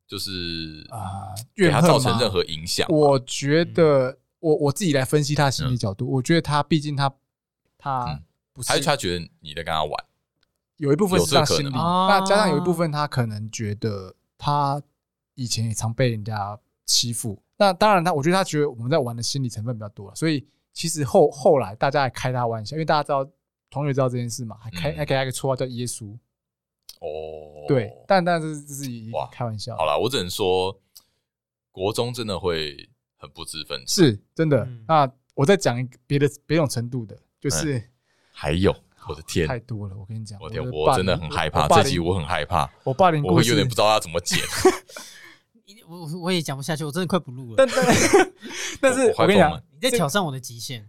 B: 就是
A: 啊、
B: 给
A: 怨
B: 他
A: 恨
B: 造成
A: 嘛
B: 任何影响。嗯
A: 我觉得，我我自己来分析他的心理角度，我觉得他毕竟他他
B: 嗯
A: 不是
B: 还是他觉得你在跟他玩，
A: 有一部分
B: 有
A: 是
B: 这
A: 他
B: 可
A: 心理，
B: 能
C: 啊
A: 那加上有一部分他可能觉得他以前也常被人家欺负。那当然他，我觉得他觉得我们在玩的心理成分比较多，所以其实后后来大家还开他玩笑，因为大家知道同学知道这件事嘛，还开
B: 嗯
A: 还给他一个绰号叫耶稣。
B: 哦，
A: 对，但但是这是一
B: 哇
A: 开玩笑
B: 好，啦，我只能说，国中真的会很不知分寸。
A: 是真的
C: 嗯。
A: 那我再讲一个别的别种程度的，就是
B: 还有，我的嗯天，
A: 太多了。我跟你讲，
B: 我的天，
A: 的
B: 我
A: 霸
B: 真的
A: 凌
B: 很害怕，
A: 霸
B: 这
A: 凌
B: 集我很害怕，
A: 我霸凌
B: 我
A: 故
B: 会
A: 事
B: 有点不知道要怎么剪。
C: 我我我也讲不下去，我真的快不录了。
A: 但但但是
B: 我
A: 我
B: 我坏
A: 跟你
B: 疯
A: 讲
B: 了，
C: 你在挑战我的极限，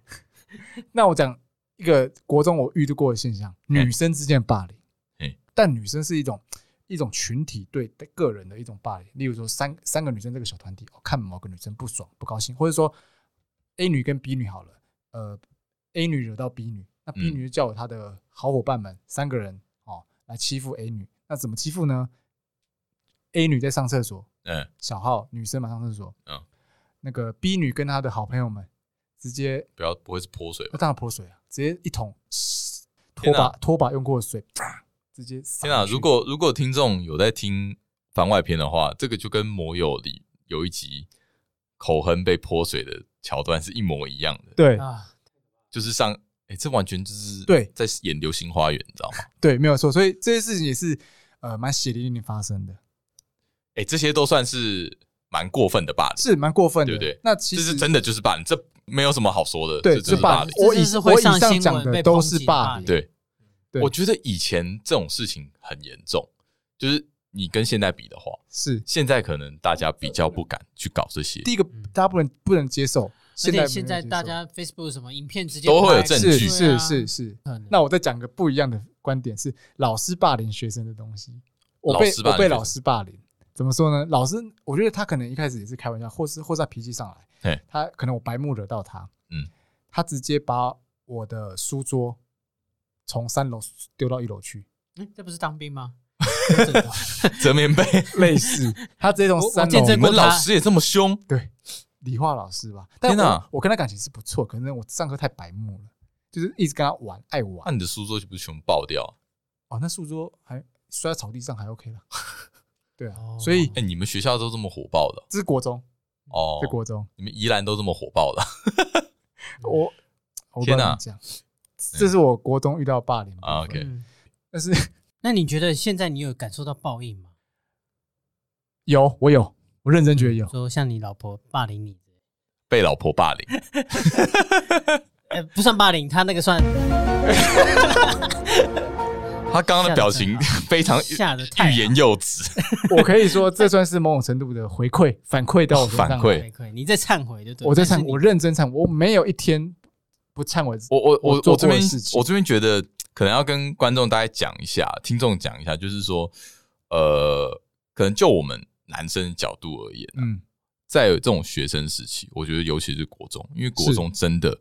A: 那我讲一个国中我遇到过的现象，女生之间的霸凌。
B: 嗯
A: 但女生是一种一种群体对个人的一种霸凌，例如说三三个女生这个小团体，哦，看某个女生不爽不高兴，或者说 A 女跟 B 女好了，呃，A 女惹到 B 女，那 B
B: 嗯
A: 女就叫她的好伙伴们三个人哦来欺负 A 女，那怎么欺负呢？A 女在上厕所，
B: 嗯，
A: 小号女生嘛上厕所，
B: 嗯，
A: 那个 B 女跟她的好朋友们直接
B: 不要，不会是泼水吧？
A: 那当然泼水啊，直接一桶拖
B: 天
A: 把
B: 哪
A: 拖把用过的水，啪直接撒
B: 天哪！
A: 回去
B: 如果如果听众有在听番外篇的话，这个就跟魔友里有一集口哼被泼水的桥段是一模一样的，
A: 对
C: 啊，
B: 就是上，哎，这完全就是
A: 对
B: 在演《流星花园》，你知道吗？
A: 对，没有错，所以这些事情也是呃蛮血淋淋发生的，
B: 哎，这些都算是蛮过分的霸凌，
A: 是蛮过分的。
B: 对不对
A: 那其
B: 这
A: 实
B: 是真的就是霸凌，这没有什么好说的，
A: 对
B: 这就是霸
A: 霸
B: 凌。
A: 凌我以
C: 这就是会上新
A: 我以上
C: 闻
A: 讲的
C: 被
A: 都
C: 抨
A: 是
C: 击的
A: 霸
C: 霸
A: 凌
C: 凌。
B: 对，
A: 对
B: 我觉得以前这种事情很严重，就是你跟现在比的话，
A: 是
B: 现在可能大家比较不敢去搞这些，
A: 第一个
C: 嗯，
A: 大家不能不能接受。
C: 而
A: 现在
C: 且
A: 不能
C: 现在
A: 接受
C: 大家 Facebook 什么影片直接
B: 都会有
C: 拍
B: 证
A: 是
B: 据
C: 对啊
A: 是是是。
C: 可能
A: 那我再讲个不一样的观点，是老师霸凌学生的东西。我
B: 老
A: 被
B: 师霸凌
A: 我被
B: 学生
A: 老师霸凌，怎么说呢？老师，我觉得他可能一开始也是开玩笑，或是或是他脾气上来
B: 嘿，
A: 他可能我白目惹到他，
B: 嗯，
A: 他直接把我的书桌从三楼丢到一
B: [LAUGHS]
A: 楼去，
C: 嗯这不是当
A: [LAUGHS]
C: 兵吗？
B: 折棉被。
A: 类似，他直接从
C: 我我
A: 三
C: 见
A: 楼
C: 证
B: 你们
C: 过他
B: 老师也这么凶？
A: 对，理化老师吧。但
B: 天哪
A: 我我跟他感情是不错，可能我上课太白目了，就是一直跟他玩，爱
B: 那、
A: 玩。
B: 啊你的书桌就不是全部爆掉？
A: 哦，那书桌还摔在草地上还 OK 了。 [LAUGHS] 对啊，
C: 哦
A: 所以
B: 哎、你们学校都这么火爆的
A: 这是国中，
B: 哦
A: 这？国中，
B: 你们宜兰都这么火爆的 [LAUGHS]
A: 我我
B: 天哪嗯
A: 哪，讲，这是我国中遇到霸凌的部分
B: 啊？OK，、
C: 嗯
A: 但是
C: 那你觉得现在你有感受到报应吗？
A: 有我有，我认真觉得有，
C: 说像你老婆霸凌你，
B: 被老婆霸凌，
A: [LAUGHS]
C: 呃，不算霸凌，他那个算
B: 他刚刚的表情 [LAUGHS] 非常
C: 吓得太
B: 欲言又止，
A: 我可以说这算是某种程度的回馈反馈到我身上
B: 反馈
C: 可以可以，你在忏悔对不对？
A: 我在
C: 但
A: 忏
C: 是，你
A: 我认真忏，我没有一天不忏悔。
B: 我我我
A: 做
B: 我这
A: 过的
B: 边
A: 事情
B: 我这边觉得可能要跟观众大概讲一下，听众讲一下，就是说，呃，可能就我们男生的角度而言，啊
A: 嗯，
B: 在这种学生时期，我觉得尤其是国中，因为国
A: 是
B: 中真的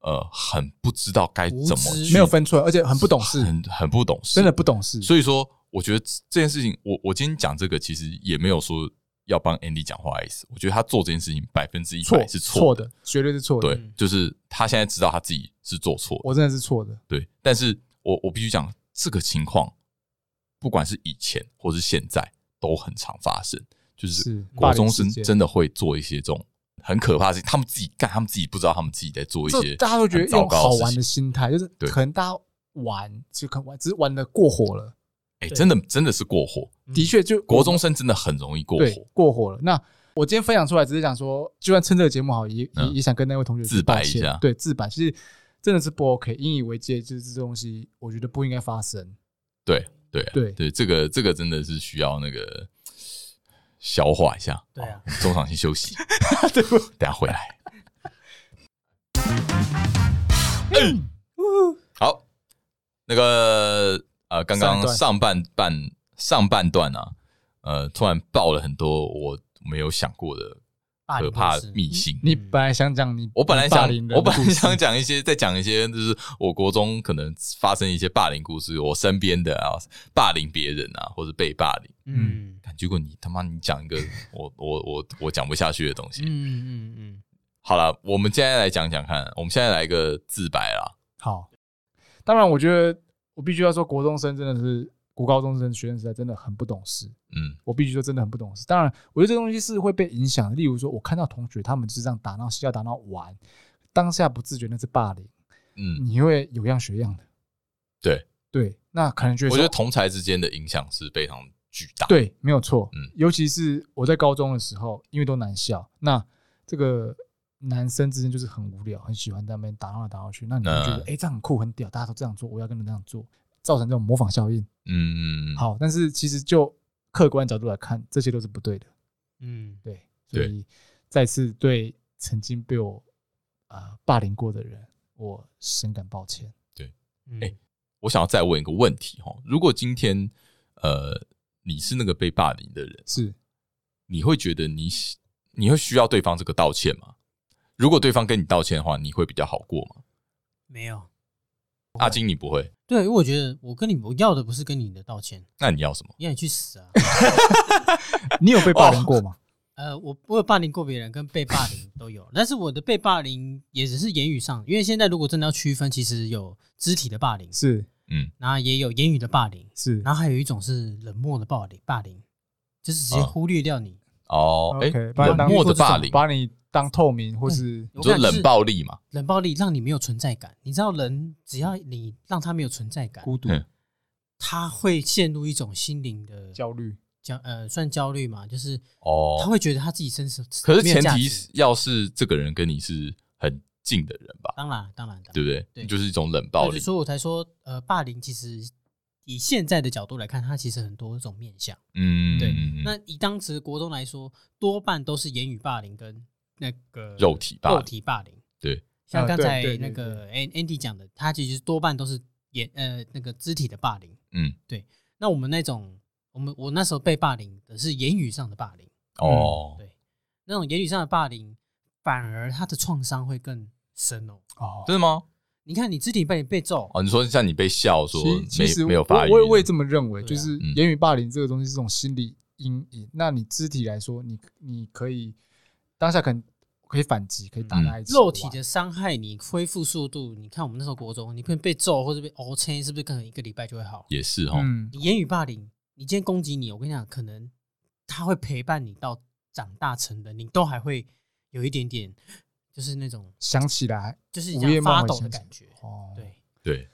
B: 呃很不知道该
C: 无
B: 怎么
C: 知
B: 去
A: 没有分寸，而且很不懂事，
B: 很很不懂事，
A: 真的不懂事。
B: 所以说，我觉得这件事情，我我今天讲这个，其实也没有说要帮 Andy 讲话的意思。我觉得他做这件事情百分之一
A: 错
B: 百是
A: 错
B: 错的，
A: 的，绝对是错的。
B: 对，就是他现在知道他自己是做错的，
A: 我真的是错的。
B: 对。但是我我必须讲，这个情况，不管是以前或是现在，都很常发生，就是
A: 是
B: 国中
A: 霸
B: 生
A: 凌事件
B: 真的会做一些这种很可怕的事情，他们自己干，他们自己不知道他们自己在做一
A: 这
B: 些
A: 大家都觉得
B: 很糟
A: 用好
B: 糕的
A: 玩
B: 事情。
A: 的心态，就是
B: 对
A: 可能大家玩就可能玩，只是玩的过火了。
B: 哎、真的真的是过火，
A: 的确，就
B: 国中生真的很容易过
A: 对
B: 火，
A: 过火了。那我今天分享出来，只是想说，就算趁这个节目好，也也
B: 嗯
A: 也想跟那位同学
B: 自白
A: 道歉
B: 一下
A: 对自白，其实真的是不 OK，引以为戒，就是这东西，我觉得不应该发生。
B: 对对啊
A: 对
B: 对，这个这个真的是需要那个消化一下。
C: 对啊
B: 好，我们中场先休
A: [LAUGHS]
B: 息， [LAUGHS] 等下回来。哎
A: 嗯
B: 好，那个呃，刚
A: 上一
B: 刚
A: 段
B: 上半半上半段啊，呃，突然爆了很多我没有想过的
C: 霸
B: 可
C: 凌故
B: 怕
C: 事
B: 秘辛。
A: 你本来想讲你，
B: 嗯我本来
A: 你霸
B: 想
A: 凌，人
B: 我
A: 的
B: 本
A: 故
B: 来
A: 事
B: 想讲一些，再讲一些，就是我国中可能发生一些霸凌故事，我身边的啊，霸凌别人啊，或者被霸凌。
C: 嗯
B: 看结果你他妈你讲一个我我我我讲不下去的东
C: 嗯
B: 西。
C: 嗯嗯
B: 好了，我们现在来讲讲看，我们现在来个自白啦。
A: 好。当然，我觉得我必须要说，国中生真的是国高中生、学生时代真的很不懂事。
B: 嗯，
A: 我必须说真的很不懂事。当然，我觉得这东西是会被影响的。例如说，我看到同学他们就是这样打闹、嬉笑打闹玩，当下不自觉那是霸凌，
B: 嗯，
A: 你会有样学样的。
B: 对
A: 对，那可能觉得
B: 我
A: 说
B: 觉得同才之间的影响是非常巨大。，
A: 对，没有错。
B: 嗯
A: 尤其是我在高中的时候，因为都男校，那这个男生之间就是很无聊，很喜欢在那边打闹来打闹去。那你会觉得，哎、
B: 嗯
A: 这样很酷，很屌，大家都这样做，我要跟着这样做，造成这种模仿效应。
B: 嗯，
A: 好，但是其实就客观角度来看，这些都是不对的。
C: 嗯，
A: 对，所
B: 对
A: 以再次对曾经被我呃霸凌过的人，我深感抱歉。
C: 嗯
B: 哎我想要再问一个问题哈，如果今天呃你是那个被霸凌的人，
A: 是
B: 你会觉得你喜你会需要对方这个道歉吗？如果对方跟你道歉的话，你会比较好过吗？
C: 没有。
B: 阿金，你不会，
C: 对，因为我觉得我跟你我要的不是跟你的道歉，
B: 那你要什么？
C: 要你去死
A: [LAUGHS]
C: 啊！
A: 你
B: [LAUGHS]
A: 有
B: 哦
A: 被霸凌过吗？
C: 呃，我我有霸凌过别人，跟被霸凌都有，但是我的被霸凌也只是言语上，因为现在如果真的要区分，其实有肢体的霸凌，
A: 是
B: 嗯，
C: 然后也有言语的霸凌，
A: 是
C: 然后还有一种是冷漠的霸凌，霸凌就是直接
B: 啊
C: 忽略掉你，
B: 哦，哎、
A: ，OK，把你
B: 冷
A: 当
B: 漠
A: 或
B: 的
A: 者是
B: 霸凌，
A: 把你当透明或是。
B: 你
C: 我
B: 说
C: 感觉
B: 冷
C: 是
B: 暴力嘛？
C: 冷暴力让你没有存在感。你知道，人只要你让他没有存在感，
A: 孤独、
B: 嗯
C: 他会陷入一种心灵的
A: 焦虑，
C: 焦呃，算焦虑嘛，就是他
B: 哦，
C: 会觉得他自己身上
B: 可是
C: 没有
B: 前
C: 价
B: 提
C: 值
B: 是要是这个人跟你是很近的人吧，
C: 当然当然当然
B: 对不对？
C: 对
B: 就是一种冷暴
C: 对
B: 力。
C: 所以我才说，呃，霸凌其实以现在的角度来看，它其实很多种面向。
B: 嗯，
C: 对
B: 嗯嗯
C: 那以当时国中来说，多半都是言语霸凌跟那个
B: 肉体霸凌
C: 肉体霸凌。
B: 对，
C: 像
A: 啊
C: 刚
A: 对
C: 才
A: 对对
C: 那个 An- Andy 讲的，他其实多半都是言呃那个肢体的霸凌。
B: 嗯，
C: 那我们那种，我们我那时候被霸凌的是言语上的霸凌，
B: 哦，
C: 对，那种言语上的霸凌，反而他的创伤会更深哦。
A: 哦，
B: 真的吗？
C: 你看，你肢体被你被揍，
B: 哦，你说像你被笑说
A: 其其实
B: 没没有发
A: 我
B: 育，
A: 我也我也这么认为，
C: 对啊
A: 就是
B: 嗯
A: 言语霸凌这个东西是这种心理阴影。那你肢体来说，你你可以当下可能可以反击，可以打
B: 嗯
A: 在一起玩。
C: 肉
B: 啊
C: 体的伤害，你恢复速度，你看我们那时候国中，你可能被揍或者被殴撑，是不是可能一个礼拜就会好？
B: 也是哈，
A: 嗯，
C: 你言语霸凌，你今天攻击你，我跟你讲，可能他会陪伴你到长大成人，你都还会有一点点，就是那种
A: 想起来
C: 就是
A: 午夜梦
C: 像发
A: 回
C: 抖的
A: 想
C: 感
A: 起
C: 觉。
A: 哦，，
C: 对，
B: 对，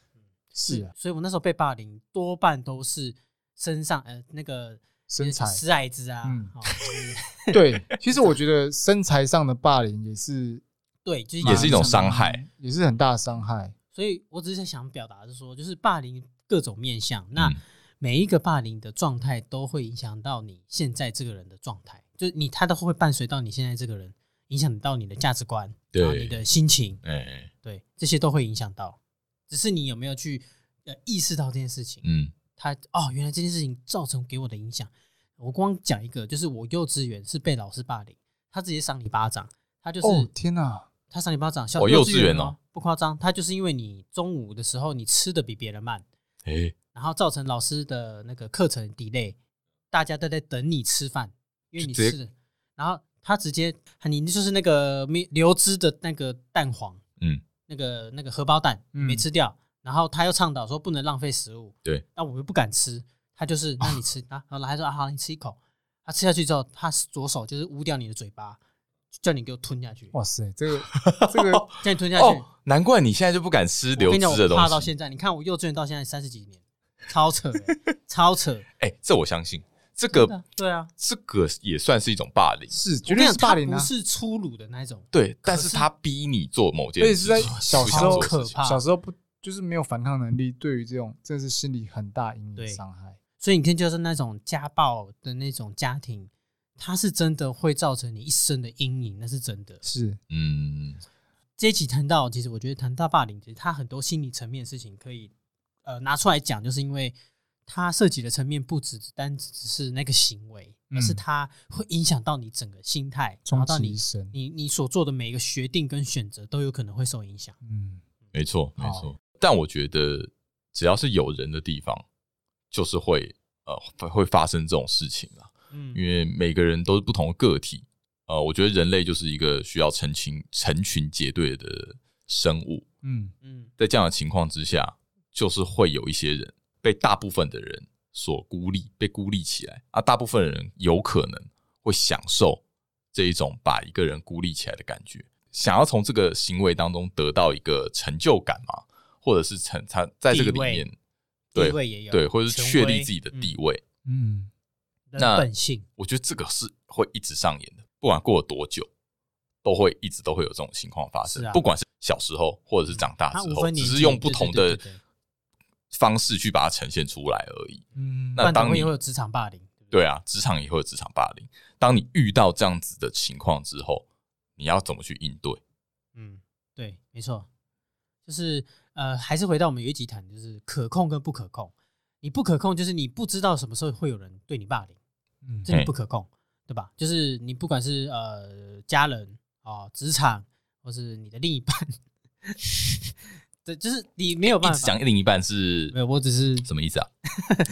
A: 是啊，
C: 所以我那时候被霸凌，多半都是身上呃那个
A: 身材
C: 私矮子啊，
A: 嗯
C: 哦就是
A: 对。其实我觉得身材上的霸凌也是
C: 对，就是
B: [LAUGHS] 也是一种伤害。
A: 嗯也是很大的伤害。
C: 所以我只是想表达的是说，就是霸凌各种面向，那
B: 嗯
C: 每一个霸凌的状态都会影响到你现在这个人的状态，就是你他都会伴随到你现在这个人，影响到你的价值观，
B: 对
C: 然后你的心情，
B: 哎，
C: 对，这些都会影响到。只是你有没有去呃意识到这件事情？
B: 嗯
C: 他哦，原来这件事情造成给我的影响。我光讲一个，就是我幼稚园是被老师霸凌，他直接赏你巴掌，他就是、
A: 哦，天哪！
C: 他赏你巴掌，小
B: 哦幼稚园
C: 园
B: 哦，
C: 不夸张，他就是因为你中午的时候你吃的比别人慢，
B: 哎，
C: 然后造成老师的那个课程 delay，大家都在等你吃饭，因为你
B: 就直接
C: 吃的，然后他直接你就是那个没流汁的那个蛋黄，
B: 嗯，
C: 那个那个荷包蛋
A: 嗯
C: 没吃掉，然后他又倡导说不能浪费食物，
B: 对，
C: 那我又不敢吃，他
B: [LAUGHS]
C: 就是那你吃啊，然后他说啊好，你吃一口，他吃下去之后，他左手就是捂掉你的嘴巴，叫你给我吞下去，
A: 哇塞，
B: [LAUGHS]
A: 这个这个
C: 叫你吞下去。
B: 哦，难怪你现在就不敢吃
C: 我
B: 流
C: 跟
B: 汁
C: 你讲，
B: 的
C: 我怕到
B: 东西
C: 现。在，你看我幼稚园到现在三十几年，超扯的、超扯。
B: 哎，这我相信， [LAUGHS] 这
C: 真
B: 个
C: 的对啊，
B: 这个也算是一种霸凌，
A: 是
C: 我
A: 绝
C: 跟
A: 对
C: 你
A: 是
C: 讲，
A: 霸
C: 他
A: 凌啊
C: 不！是粗鲁的那一种，
B: 对，但是
C: 是
B: 他逼你做某件
A: 所以
B: 事
A: 是
B: 情，
A: 在小时候
B: 不想做的事情
C: 可怕
A: 小时候不就是没有反抗能力，对于这种真的是心理很大阴影
C: 对
A: 伤害。
C: 所以你看，就是那种家暴的那种家庭，它是真的会造成你一生的阴影，那是真的。
A: 是，
B: 嗯，
C: 这一期谈到，其实我觉得谈到霸凌，其实它很多心理层面的事情可以呃拿出来讲，就是因为它涉及的层面不只单只是那个行为，
A: 嗯
C: 而是它会影响到你整个心态，然
A: 终
C: 后到
A: 其一
C: 你
A: 生。
C: 你你所做的每一个决定跟选择都有可能会受影响。
A: 嗯，
B: 没错，没
A: 好
B: 错。但我觉得，只要是有人的地方，就是会呃会发生这种事情啦。
C: 嗯
B: 因为每个人都是不同的个体。呃，我觉得人类就是一个需要成群成群结队的生物，
A: 嗯，
C: 嗯
B: 在这样的情况之下，就是会有一些人被大部分的人所孤立，被孤立起来啊。大部分人有可能会享受这一种把一个人孤立起来的感觉，想要从这个行为当中得到一个成就感嘛，或者是成他在这个里
C: 地位
B: 面，
C: 地
B: 对
C: 位也有，
B: 对，或者是
C: 权
B: 确立
C: 威
B: 自己的
C: 嗯
B: 地位，
A: 嗯，
C: 人
B: 那
C: 本性，
B: 我觉得这个是会一直上演的，不管过了多久，都会一直都会有这种情况发生。
C: 是啊
B: 不管是小时候或者是长大
C: 他
B: 之
C: 无
B: 后，
C: 啊分
B: 只
C: 年
B: 是
C: 纪
B: 用不
C: 对对
B: 同
C: 对
B: 的
C: 对对
B: 方式去把它呈现出来而已。
A: 嗯，
B: 那
C: 不然等
B: 当
C: 会
B: 你
C: 也会有职场霸凌，对不对
B: 对啊，职场也会有职场霸凌。当你遇到这样子的情况之后，你要怎么去应对？
C: 嗯，对，没错，就是呃，还是回到我们有一集谈，就是可控跟不可控。你不可控，就是你不知道什么时候会有人对你霸凌，
A: 嗯
C: 这你
B: 嘿
C: 不可控，对吧？就是你不管是呃家人啊、职、场，或是你的另一半， [LAUGHS] 对，就是你没有
B: 一
C: 办
B: 直
C: 法
B: 讲。另一半是
C: 没有，我只是
B: 什么意思啊？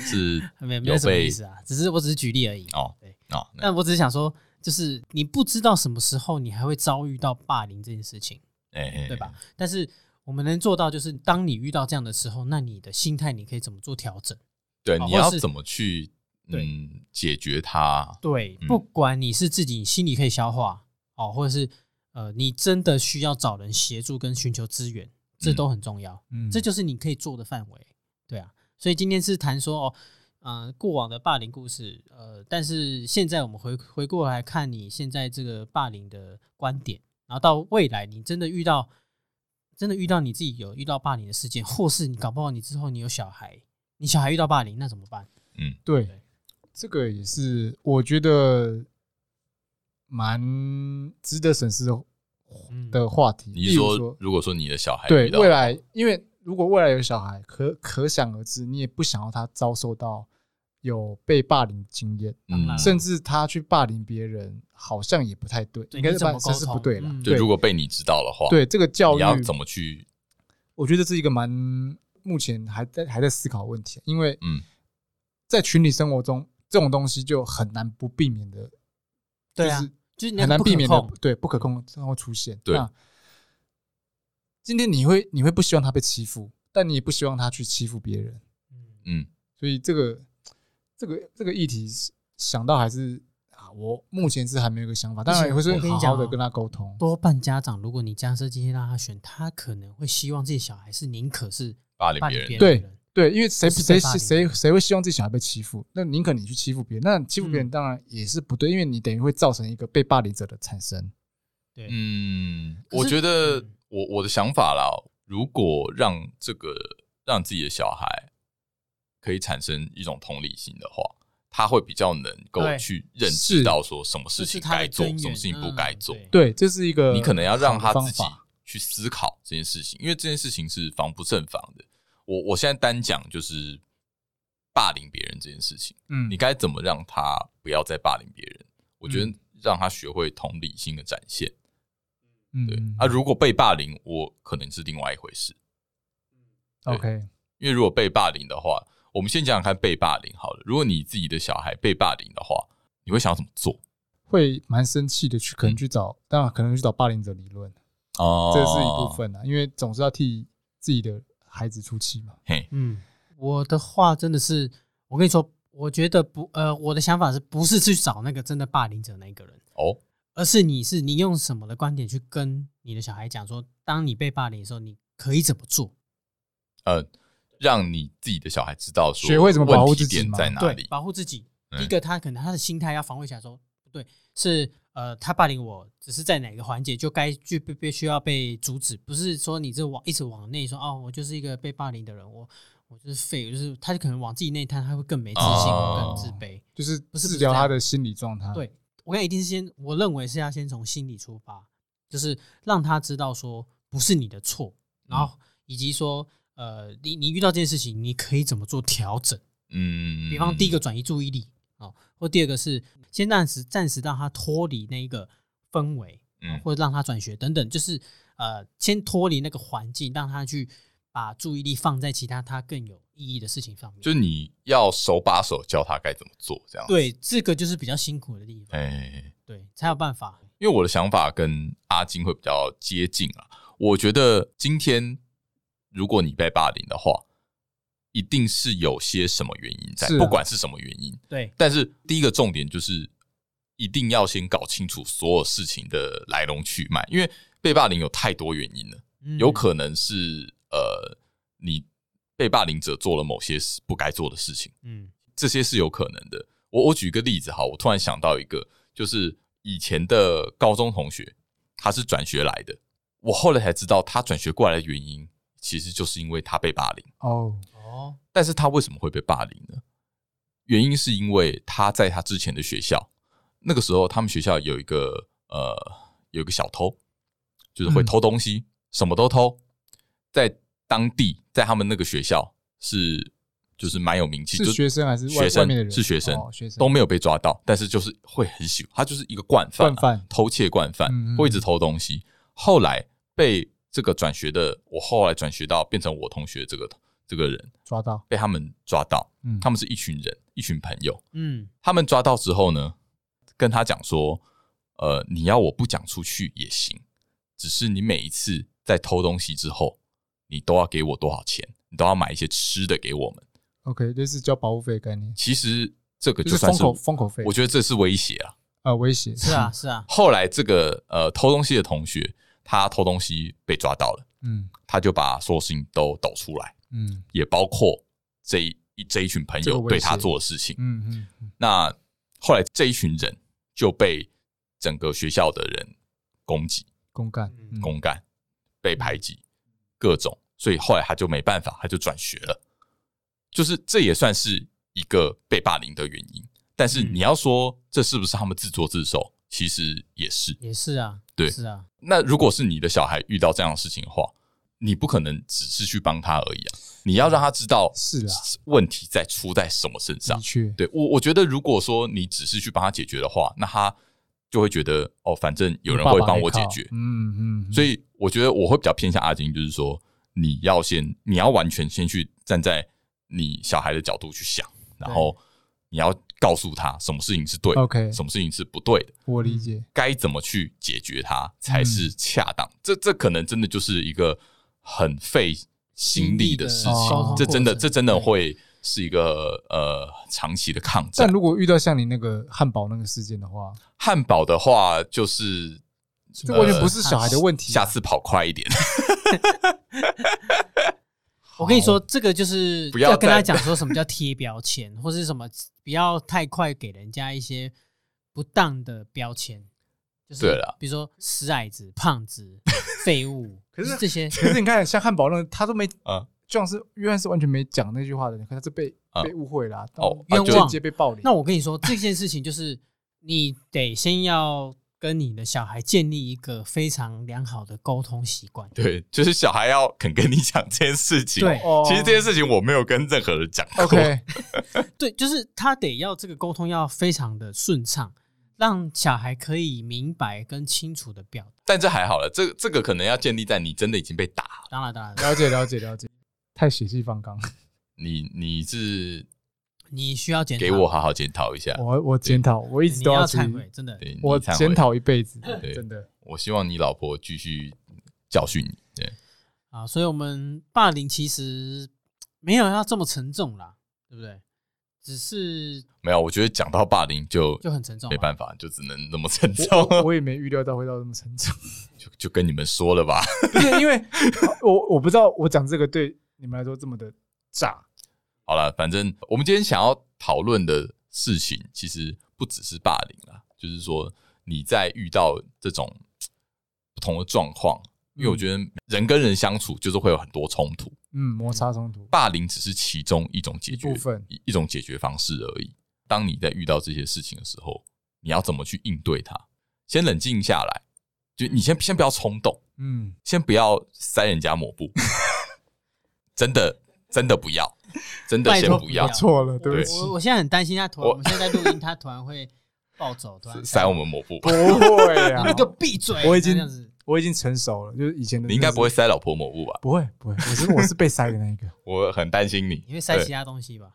B: 是
C: 没没
B: 有
C: 有什么
B: 被
C: 意思啊，只是我只是举例而已。
B: 哦
C: 对，
B: 哦，那
C: 但我只是想说，就是你不知道什么时候你还会遭遇到霸凌这件事情。
B: 哎，
C: 对吧？？但是我们能做到，就是当你遇到这样的时候，那你的心态你可以怎么做调整？
B: 对，
C: 哦
B: 你
C: 或者
B: 要
C: 是
B: 怎么去嗯解决它？
C: 对
B: 嗯
C: 不管你是自己心里可以消化哦，或者是呃，你真的需要找人协助跟寻求资源，这都很重要。
A: 嗯
C: 这就是你可以做的范围，对啊。所以今天是谈说哦，呃，过往的霸凌故事，呃，但是现在我们回回过来看你现在这个霸凌的观点，然后到未来你真的遇到，真的遇到你自己有遇到霸凌的事件，或是你搞不好你之后你有小孩，你小孩遇到霸凌，那怎么办？
B: 嗯
A: 对
C: 对，
A: 这个也是我觉得蛮值得审视的
C: 嗯
A: 的话题。
B: 你
A: 例
B: 是
A: 如
B: 说，如果说你的小孩
A: 对
B: 遇到
A: 未来，因为如果未来有小孩，可可想而知，你也不想要他遭受到有被霸凌的经验，
C: 当然嗯了
A: 甚至他去霸凌别人，好像也不太对，
C: 对
A: 应该
C: 你
A: 是
C: 怎么
A: 本身是不
C: 沟通
A: 对了
C: 嗯。
B: 就如果被你知道的话，
A: 对这个教
B: 你
A: 育
B: 要怎么去？
A: 我觉得这是一个蛮目前还在还在思考的问题，因为
B: 嗯
A: 在群体生活中，这种东西就很难不避免的，
C: 对啊
A: 就是
C: 就是你那
A: 很
C: 个
A: 难
C: 不可
A: 避免的
C: 控，
A: 对不可控它会出现。
B: 对
A: 那今天你会你会不希望他被欺负，但你也不希望他去欺负别人，
C: 嗯
B: 嗯，
A: 所以这个这个这个议题是想到还是啊，我目前是还没有一个想法，当然也会是
C: 我跟你
A: 好
C: 讲
A: 好的
C: 哦
A: 跟他沟通。
C: 多半家长，如果你假设今天让他选，他可能会希望自己小孩是宁可是
B: 霸凌
C: 霸
B: 别
C: 凌
B: 人，
C: 别人的
A: 对
C: 人，
A: 对，因为谁
C: 不是
A: 谁
C: 被霸凌
A: 谁谁会希望自己小孩被欺负？那宁可你去欺负别人，那欺负别人
C: 嗯
A: 当然也是不对，因为你等于会造成一个被霸凌者的产生。
C: 对，
B: 嗯，
C: 可是
B: 我觉得
C: 嗯
B: 我我的想法啦，如果让这个让自己的小孩可以产生一种同理心的话，他会比较能够
C: 对
B: 去认
A: 是
B: 知到说什么
C: 这
B: 事
C: 是
B: 情
C: 他
B: 该
C: 的
B: 做
C: 根，源
B: 什么事情不该做。
C: 嗯对
A: 对，这是一个
B: 你可能要让他
A: 好的
B: 自己
A: 方法
B: 去思考这件事情，因为这件事情是防不胜防的。我我现在单讲就是霸凌别人这件事情。
A: 嗯
B: 你该怎么让他不要再霸凌别人？我觉得
C: 嗯
B: 让他学会同理心的展现。
A: 嗯
B: 对、
A: 嗯
B: 啊，如果被霸凌，我可能是另外一回事。
A: OK
B: 因为如果被霸凌的话，我们先讲讲看被霸凌好了。如果你自己的小孩被霸凌的话，你会想要怎么做？
A: 会蛮生气的去，可能去找，当然可能去找霸凌者理论，
B: 嗯哦
A: 这是一部。分啊，因为总是要替自己的孩子出气嘛。
B: 嘿，
C: 嗯，我的话真的是，我跟你说，我觉得不，呃，我的想法是不是去找那个真的霸凌者那一个人，
B: 哦，
C: 而是你是你用什么的观点去跟你的小孩讲说，当你被霸凌的时候，你可以怎么做？
B: 呃，让你自己的小孩知道说
A: 学会怎么保护自
B: 问题
A: 己
B: 点
A: 吗
B: 在哪
C: 对，
B: 里。
C: 保护自己。
B: 嗯
C: 第一个，他可能他的心态要防卫起来说，不对，是呃，他霸凌我，只是在哪个环节就该去必必须要被阻止，不是说你这往一直往内说，哦，我就是一个被霸凌的人，我我就是废物，就是他就可能往自己内探，他会更没自信，
B: 哦
C: 更自卑。
A: 就是
C: 不是
A: 治疗
C: 这样
A: 他的心理
B: 啊
A: 状态。啊
C: 对我跟你一定是先，我认为是要先从心理出发，就是让他知道说不是你的错，然后
B: 嗯
C: 以及说呃，你你遇到这件事情，你可以怎么做调整。
B: 嗯，
C: 比方第一个转移注意力啊、哦或第二个是先暂时暂时让他脱离那一个氛围，哦
B: 嗯
C: 或者让他转学等等，就是呃，先脱离那个环境，让他去把注意力放在其他他更有意义的事情上面。
B: 就是你要手把手教他该怎么做，这样子。
C: 对，这个就是比较辛苦的地方，
B: 哎。
C: 对，才有办法。
B: 因为我的想法跟阿金会比较接近啊。我觉得今天如果你被霸凌的话，一定是有些什么原因在，
A: 是啊
B: 不管是什么原因。
C: 对，
B: 但是第一个重点就是一定要先搞清楚所有事情的来龙去脉，因为被霸凌有太多原因了，
C: 嗯
B: 有可能是呃你被霸凌者做了某些事不该做的事情，
C: 嗯
B: 这些是有可能的。我我举一个例子哈，我突然想到一个，就是以前的高中同学，他是转学来的，我后来才知道他转学过来的原因，其实就是因为他被霸凌。
A: 哦，
C: 哦
B: 但是他为什么会被霸凌呢？原因是因为他在他之前的学校，那个时候他们学校有一个呃有一个小偷，就是
A: 嗯
B: 会偷东西，什么都偷，在当地在他们那个学校是就是蛮有名气，
A: 是
B: 就
A: 学生还是外
B: 学
A: 外面的
B: 生
A: 人
B: 是学生
A: 哦学生
B: 都没有被抓到，但是就是会很喜欢，他就是一个惯犯啊、
A: 惯犯
B: 偷窃惯犯
A: 嗯嗯，
B: 会一直偷东西。后来被这个转学的，我后来转学到变成我同学这个这个人，
A: 抓到，
B: 被他们抓到，
A: 嗯，
B: 他们是一群人，一群朋友。
C: 嗯
B: 他们抓到之后呢，跟他讲说，呃，你要我不讲出去也行，只是你每一次在偷东西之后，你都要给我多少钱，你都要买一些吃的给我们。
A: OK，类似交保护费的概念，
B: 其实这个
A: 就是
B: 算
A: 封
B: 是
A: 口封口费，
B: 我觉得这是威胁啊。
A: 呃威胁
C: 是啊，是啊，
B: 后来这个呃偷东西的同学，他偷东西被抓到了，
A: 嗯
B: 他就把所有事情都抖出来，
A: 嗯
B: 也包括这一一这一群朋
A: 这个
B: 友
A: 威
B: 对他
A: 胁
B: 做的事情。
A: 嗯嗯嗯，
B: 那后来这一群人就被整个学校的人攻击、
A: 公干
C: 嗯
B: 公干、被排挤，各种，所以后来他就没办法，他就转学了。就是这也算是一个被霸凌的原因，但是
C: 嗯
B: 你要说这是不是他们自作自受，其实也是。
C: 也是啊，
B: 对
C: 是啊，
B: 那如果是你的小孩遇到这样的事情的话，你不可能只是去帮他而已啊，你要让他知道
A: 是啊
B: 问题在出在什么身上
A: 的。确，
B: 啊对我，我觉得如果说你只是去帮他解决的话，那他就会觉得哦，反正有人会帮我解决。
A: 爸爸没靠嗯嗯，
B: 所
A: 以
B: 以我觉得我会比较偏向阿金，就是说你要先，你要完全先去站在你小孩的角度去想，然后你要告诉他什么事情是对的
A: OK
B: 什么事情是不对的，
A: 我理解，
B: 该怎么去解决它才是
A: 嗯
B: 恰当。这这可能真的就是一个很费心力的事情，
A: 心力的沟通
B: 这真的
C: 过程
B: 这真的
C: 对
B: 会是一个呃长期的抗战
A: 但。如果遇到像你那个汉堡那个事件的话，
B: 汉堡的话，就是呃
A: 这完全不是小孩的问题啊，
B: 下次跑快一点， [LAUGHS]
C: 我跟你说，这个就是
B: 不要
C: 跟
B: 再
C: 他讲说什么叫贴标签， [LAUGHS] 或是什么不要太快给人家一些不当的标签，就是
B: 对啦
C: 比如说死矮子、胖子、
B: [LAUGHS]
C: 废物，
A: 可是
C: 这些
A: 可是你看，像汉堡那个他都没
B: 啊，
A: 就像是约翰是完全没讲那句话的，你看他是被
B: 啊
A: 被误会啦，
B: 哦
A: 到
B: 啊
C: 就
A: 直接被暴力。
C: 那我跟你说，这件事情就是你得先要跟你的小孩建立一个非常良好的沟通习惯。
B: 对，就是小孩要肯跟你讲这件事情。
C: 对
A: 哦
B: 其实这件事情我没有跟任何人讲过。
A: OK，
C: 对，就是他得要这个沟通要非常的顺畅，让小孩可以明白跟清楚的表
B: [LAUGHS]
C: 达。
B: 但这还好了，这这个可能要建立在你真的已经被打了，
C: 当然，当然，
A: 了解了解了解，太血气
B: [LAUGHS]
A: 方刚，
B: 你你是
C: 你需要检讨。
B: 给我好好检讨一下。
A: 我我检讨，我一
C: 对，
A: 直
C: 你
A: 都
C: 要
A: 注
C: 忏
A: 意
C: 悔，，真的。
B: 对，你
A: 我
B: 忏悔
A: 检。讨一辈子，
B: 对 [LAUGHS]
A: 真的。
B: 我希望你老婆继续教训你。对，
C: 啊，所以我们霸凌其实没有要这么沉重啦，对不对？只是
B: 没有，我觉得讲到霸凌就
C: 就很沉重嘛。
B: 没办法，就只能那么沉重，
A: 我我也没预料到会到这么沉重， [LAUGHS]
B: 就 [LAUGHS] 就跟你们说了吧。
C: [LAUGHS]
A: 不是 [LAUGHS] 因为我我不知道我讲这个对你们来说这么的炸，
B: 好了，反正我们今天想要讨论的事情，其实不只是霸凌啦，就是说你在遇到这种嘖不同的状况，因为我觉得人跟人相处就是会有很多冲突，
A: 嗯，摩擦冲突，
B: 霸凌只是其中一种解决
A: 一部分
B: 一一种解决方式而已。当你在遇到这些事情的时候，你要怎么去应对它？先冷静下来，就你先先不要冲动，
A: 嗯，
B: 先不要塞人家抹布，真的真的不要，真的
C: 拜
B: 先
C: 托
B: 不
C: 不
B: 要
C: 要。
A: 错了，对
C: 我
A: 不起，
C: 我我现在很担心他突然，
B: 我
C: 我们现在在录音，他突然会暴走，突然
B: 塞我们抹布，
A: 不会
B: [LAUGHS]
C: 你
A: 啊
C: 那，个闭嘴，
A: 我已经
C: 这样子。
A: 我已经成熟了，就是以前的，
B: 你应该不会塞老婆抹布吧？
A: 不会不会，我是我是被塞的
B: [LAUGHS]
A: 那一个。
B: 我很担心你。
C: 你会塞其他东西吧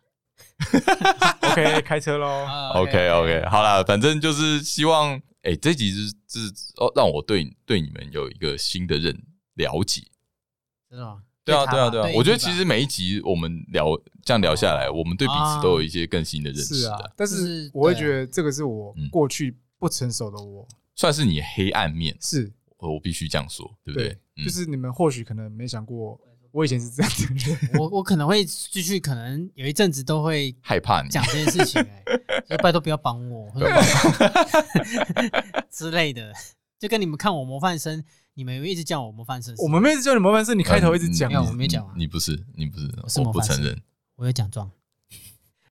A: OK，开车喽。
B: OK OK，好啦，反正就是希望，哎、这集是是哦，让我对对你们有一个新的认了解。
C: 真的吗？
B: 对啊，
C: 他
B: 对啊，
C: 吧
B: 对啊
C: 对，
B: 我觉得
C: 你吧
B: 其实每一集我们聊这样聊下来，我们对彼此都有一些更新的 [LAUGHS] 认识
A: 是
B: 啊，
A: 啊，但是
C: 是
A: 我会
C: 对啊
A: 觉得这个是我
B: 嗯
A: 过去不成熟的我，
B: 算是你黑暗面。
A: 是
B: 我必须这样说，对不对？嗯
A: 就是你们或许可能没想过，我以前是这样的
B: [LAUGHS]
A: 人，
C: 我我可能会继续，可能有一阵子都会
B: 害怕你，嗯
C: 讲这件事情、欸，就拜托不要帮我或者
B: 啊
C: [LAUGHS] 之类的，就跟你们看我模范生，你们一直叫我模范生，
A: 我们妹子叫你模范生，你开头一直讲
B: 嗯
C: 没，有我没讲完
B: 你不是，你不是，
C: 是
B: 我
C: 模
B: 不
C: 范生
B: 承认。
C: 我有奖状，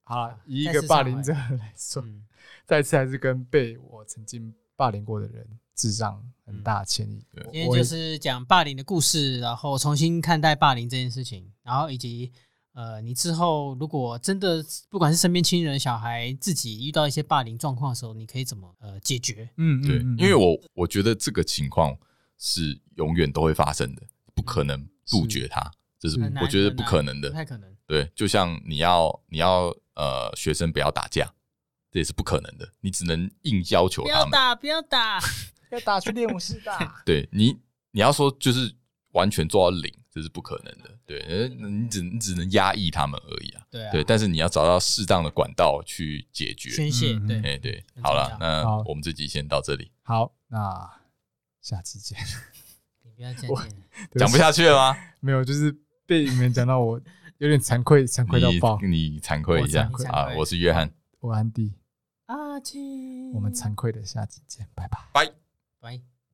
A: 好了，以一
C: 再
A: 个
C: 次
A: 霸
C: 上
A: 凌
C: 来
A: 者来说，
C: 嗯，
A: 再次还是跟被我曾经霸凌过的人智商很大的歉意。
B: 嗯对
A: 我
C: 今天
A: 我也
C: 就是讲霸凌的故事，然后重新看待霸凌这件事情，然后以及呃，你之后如果真的不管是身边亲人、小孩，自己遇到一些霸凌状况的时候，你可以怎么呃解决？
A: 嗯，嗯
B: 对
A: 嗯，
B: 因为我我觉得这个情况是永远都会发生的，不可能杜绝它，这是
C: 嗯很
B: 嗯
C: 难
B: 我觉得
C: 很
B: 不
C: 难
B: 可能
C: 不
B: 的。
C: 太可能。
B: 对，就像你要你要呃学生不要打架，这也是不可能的，你只能硬要求
C: 不
B: 他
C: 要
B: 们。，
C: 打，不要打，
A: 要打去练武士打
C: 啊
B: 对你你要说就是完全做到零，这是不可能的。对，呃你只你只能压抑他们而已啊。
C: [LAUGHS] 对啊，
B: 对，但是你要找到适当的管道去解决。
C: 宣泄，
A: 嗯
C: 对，
B: 哎，对，
C: 很
B: 好了
C: 重要，
B: 那
A: 好
B: 我们这集先到这里，
A: [LAUGHS] 好，那下期见。
C: 你不要再
A: 我
C: 见。
B: [LAUGHS] 讲不下去了吗？
A: 没有，就是被你们讲到我有点惭愧，惭愧到爆。
B: 你嗯你惭愧一下
A: 我
C: 惭愧
B: 啊！我是约翰，
A: 我安迪，
C: 阿青，
A: 我们惭愧的下期见，拜拜。
C: 拜。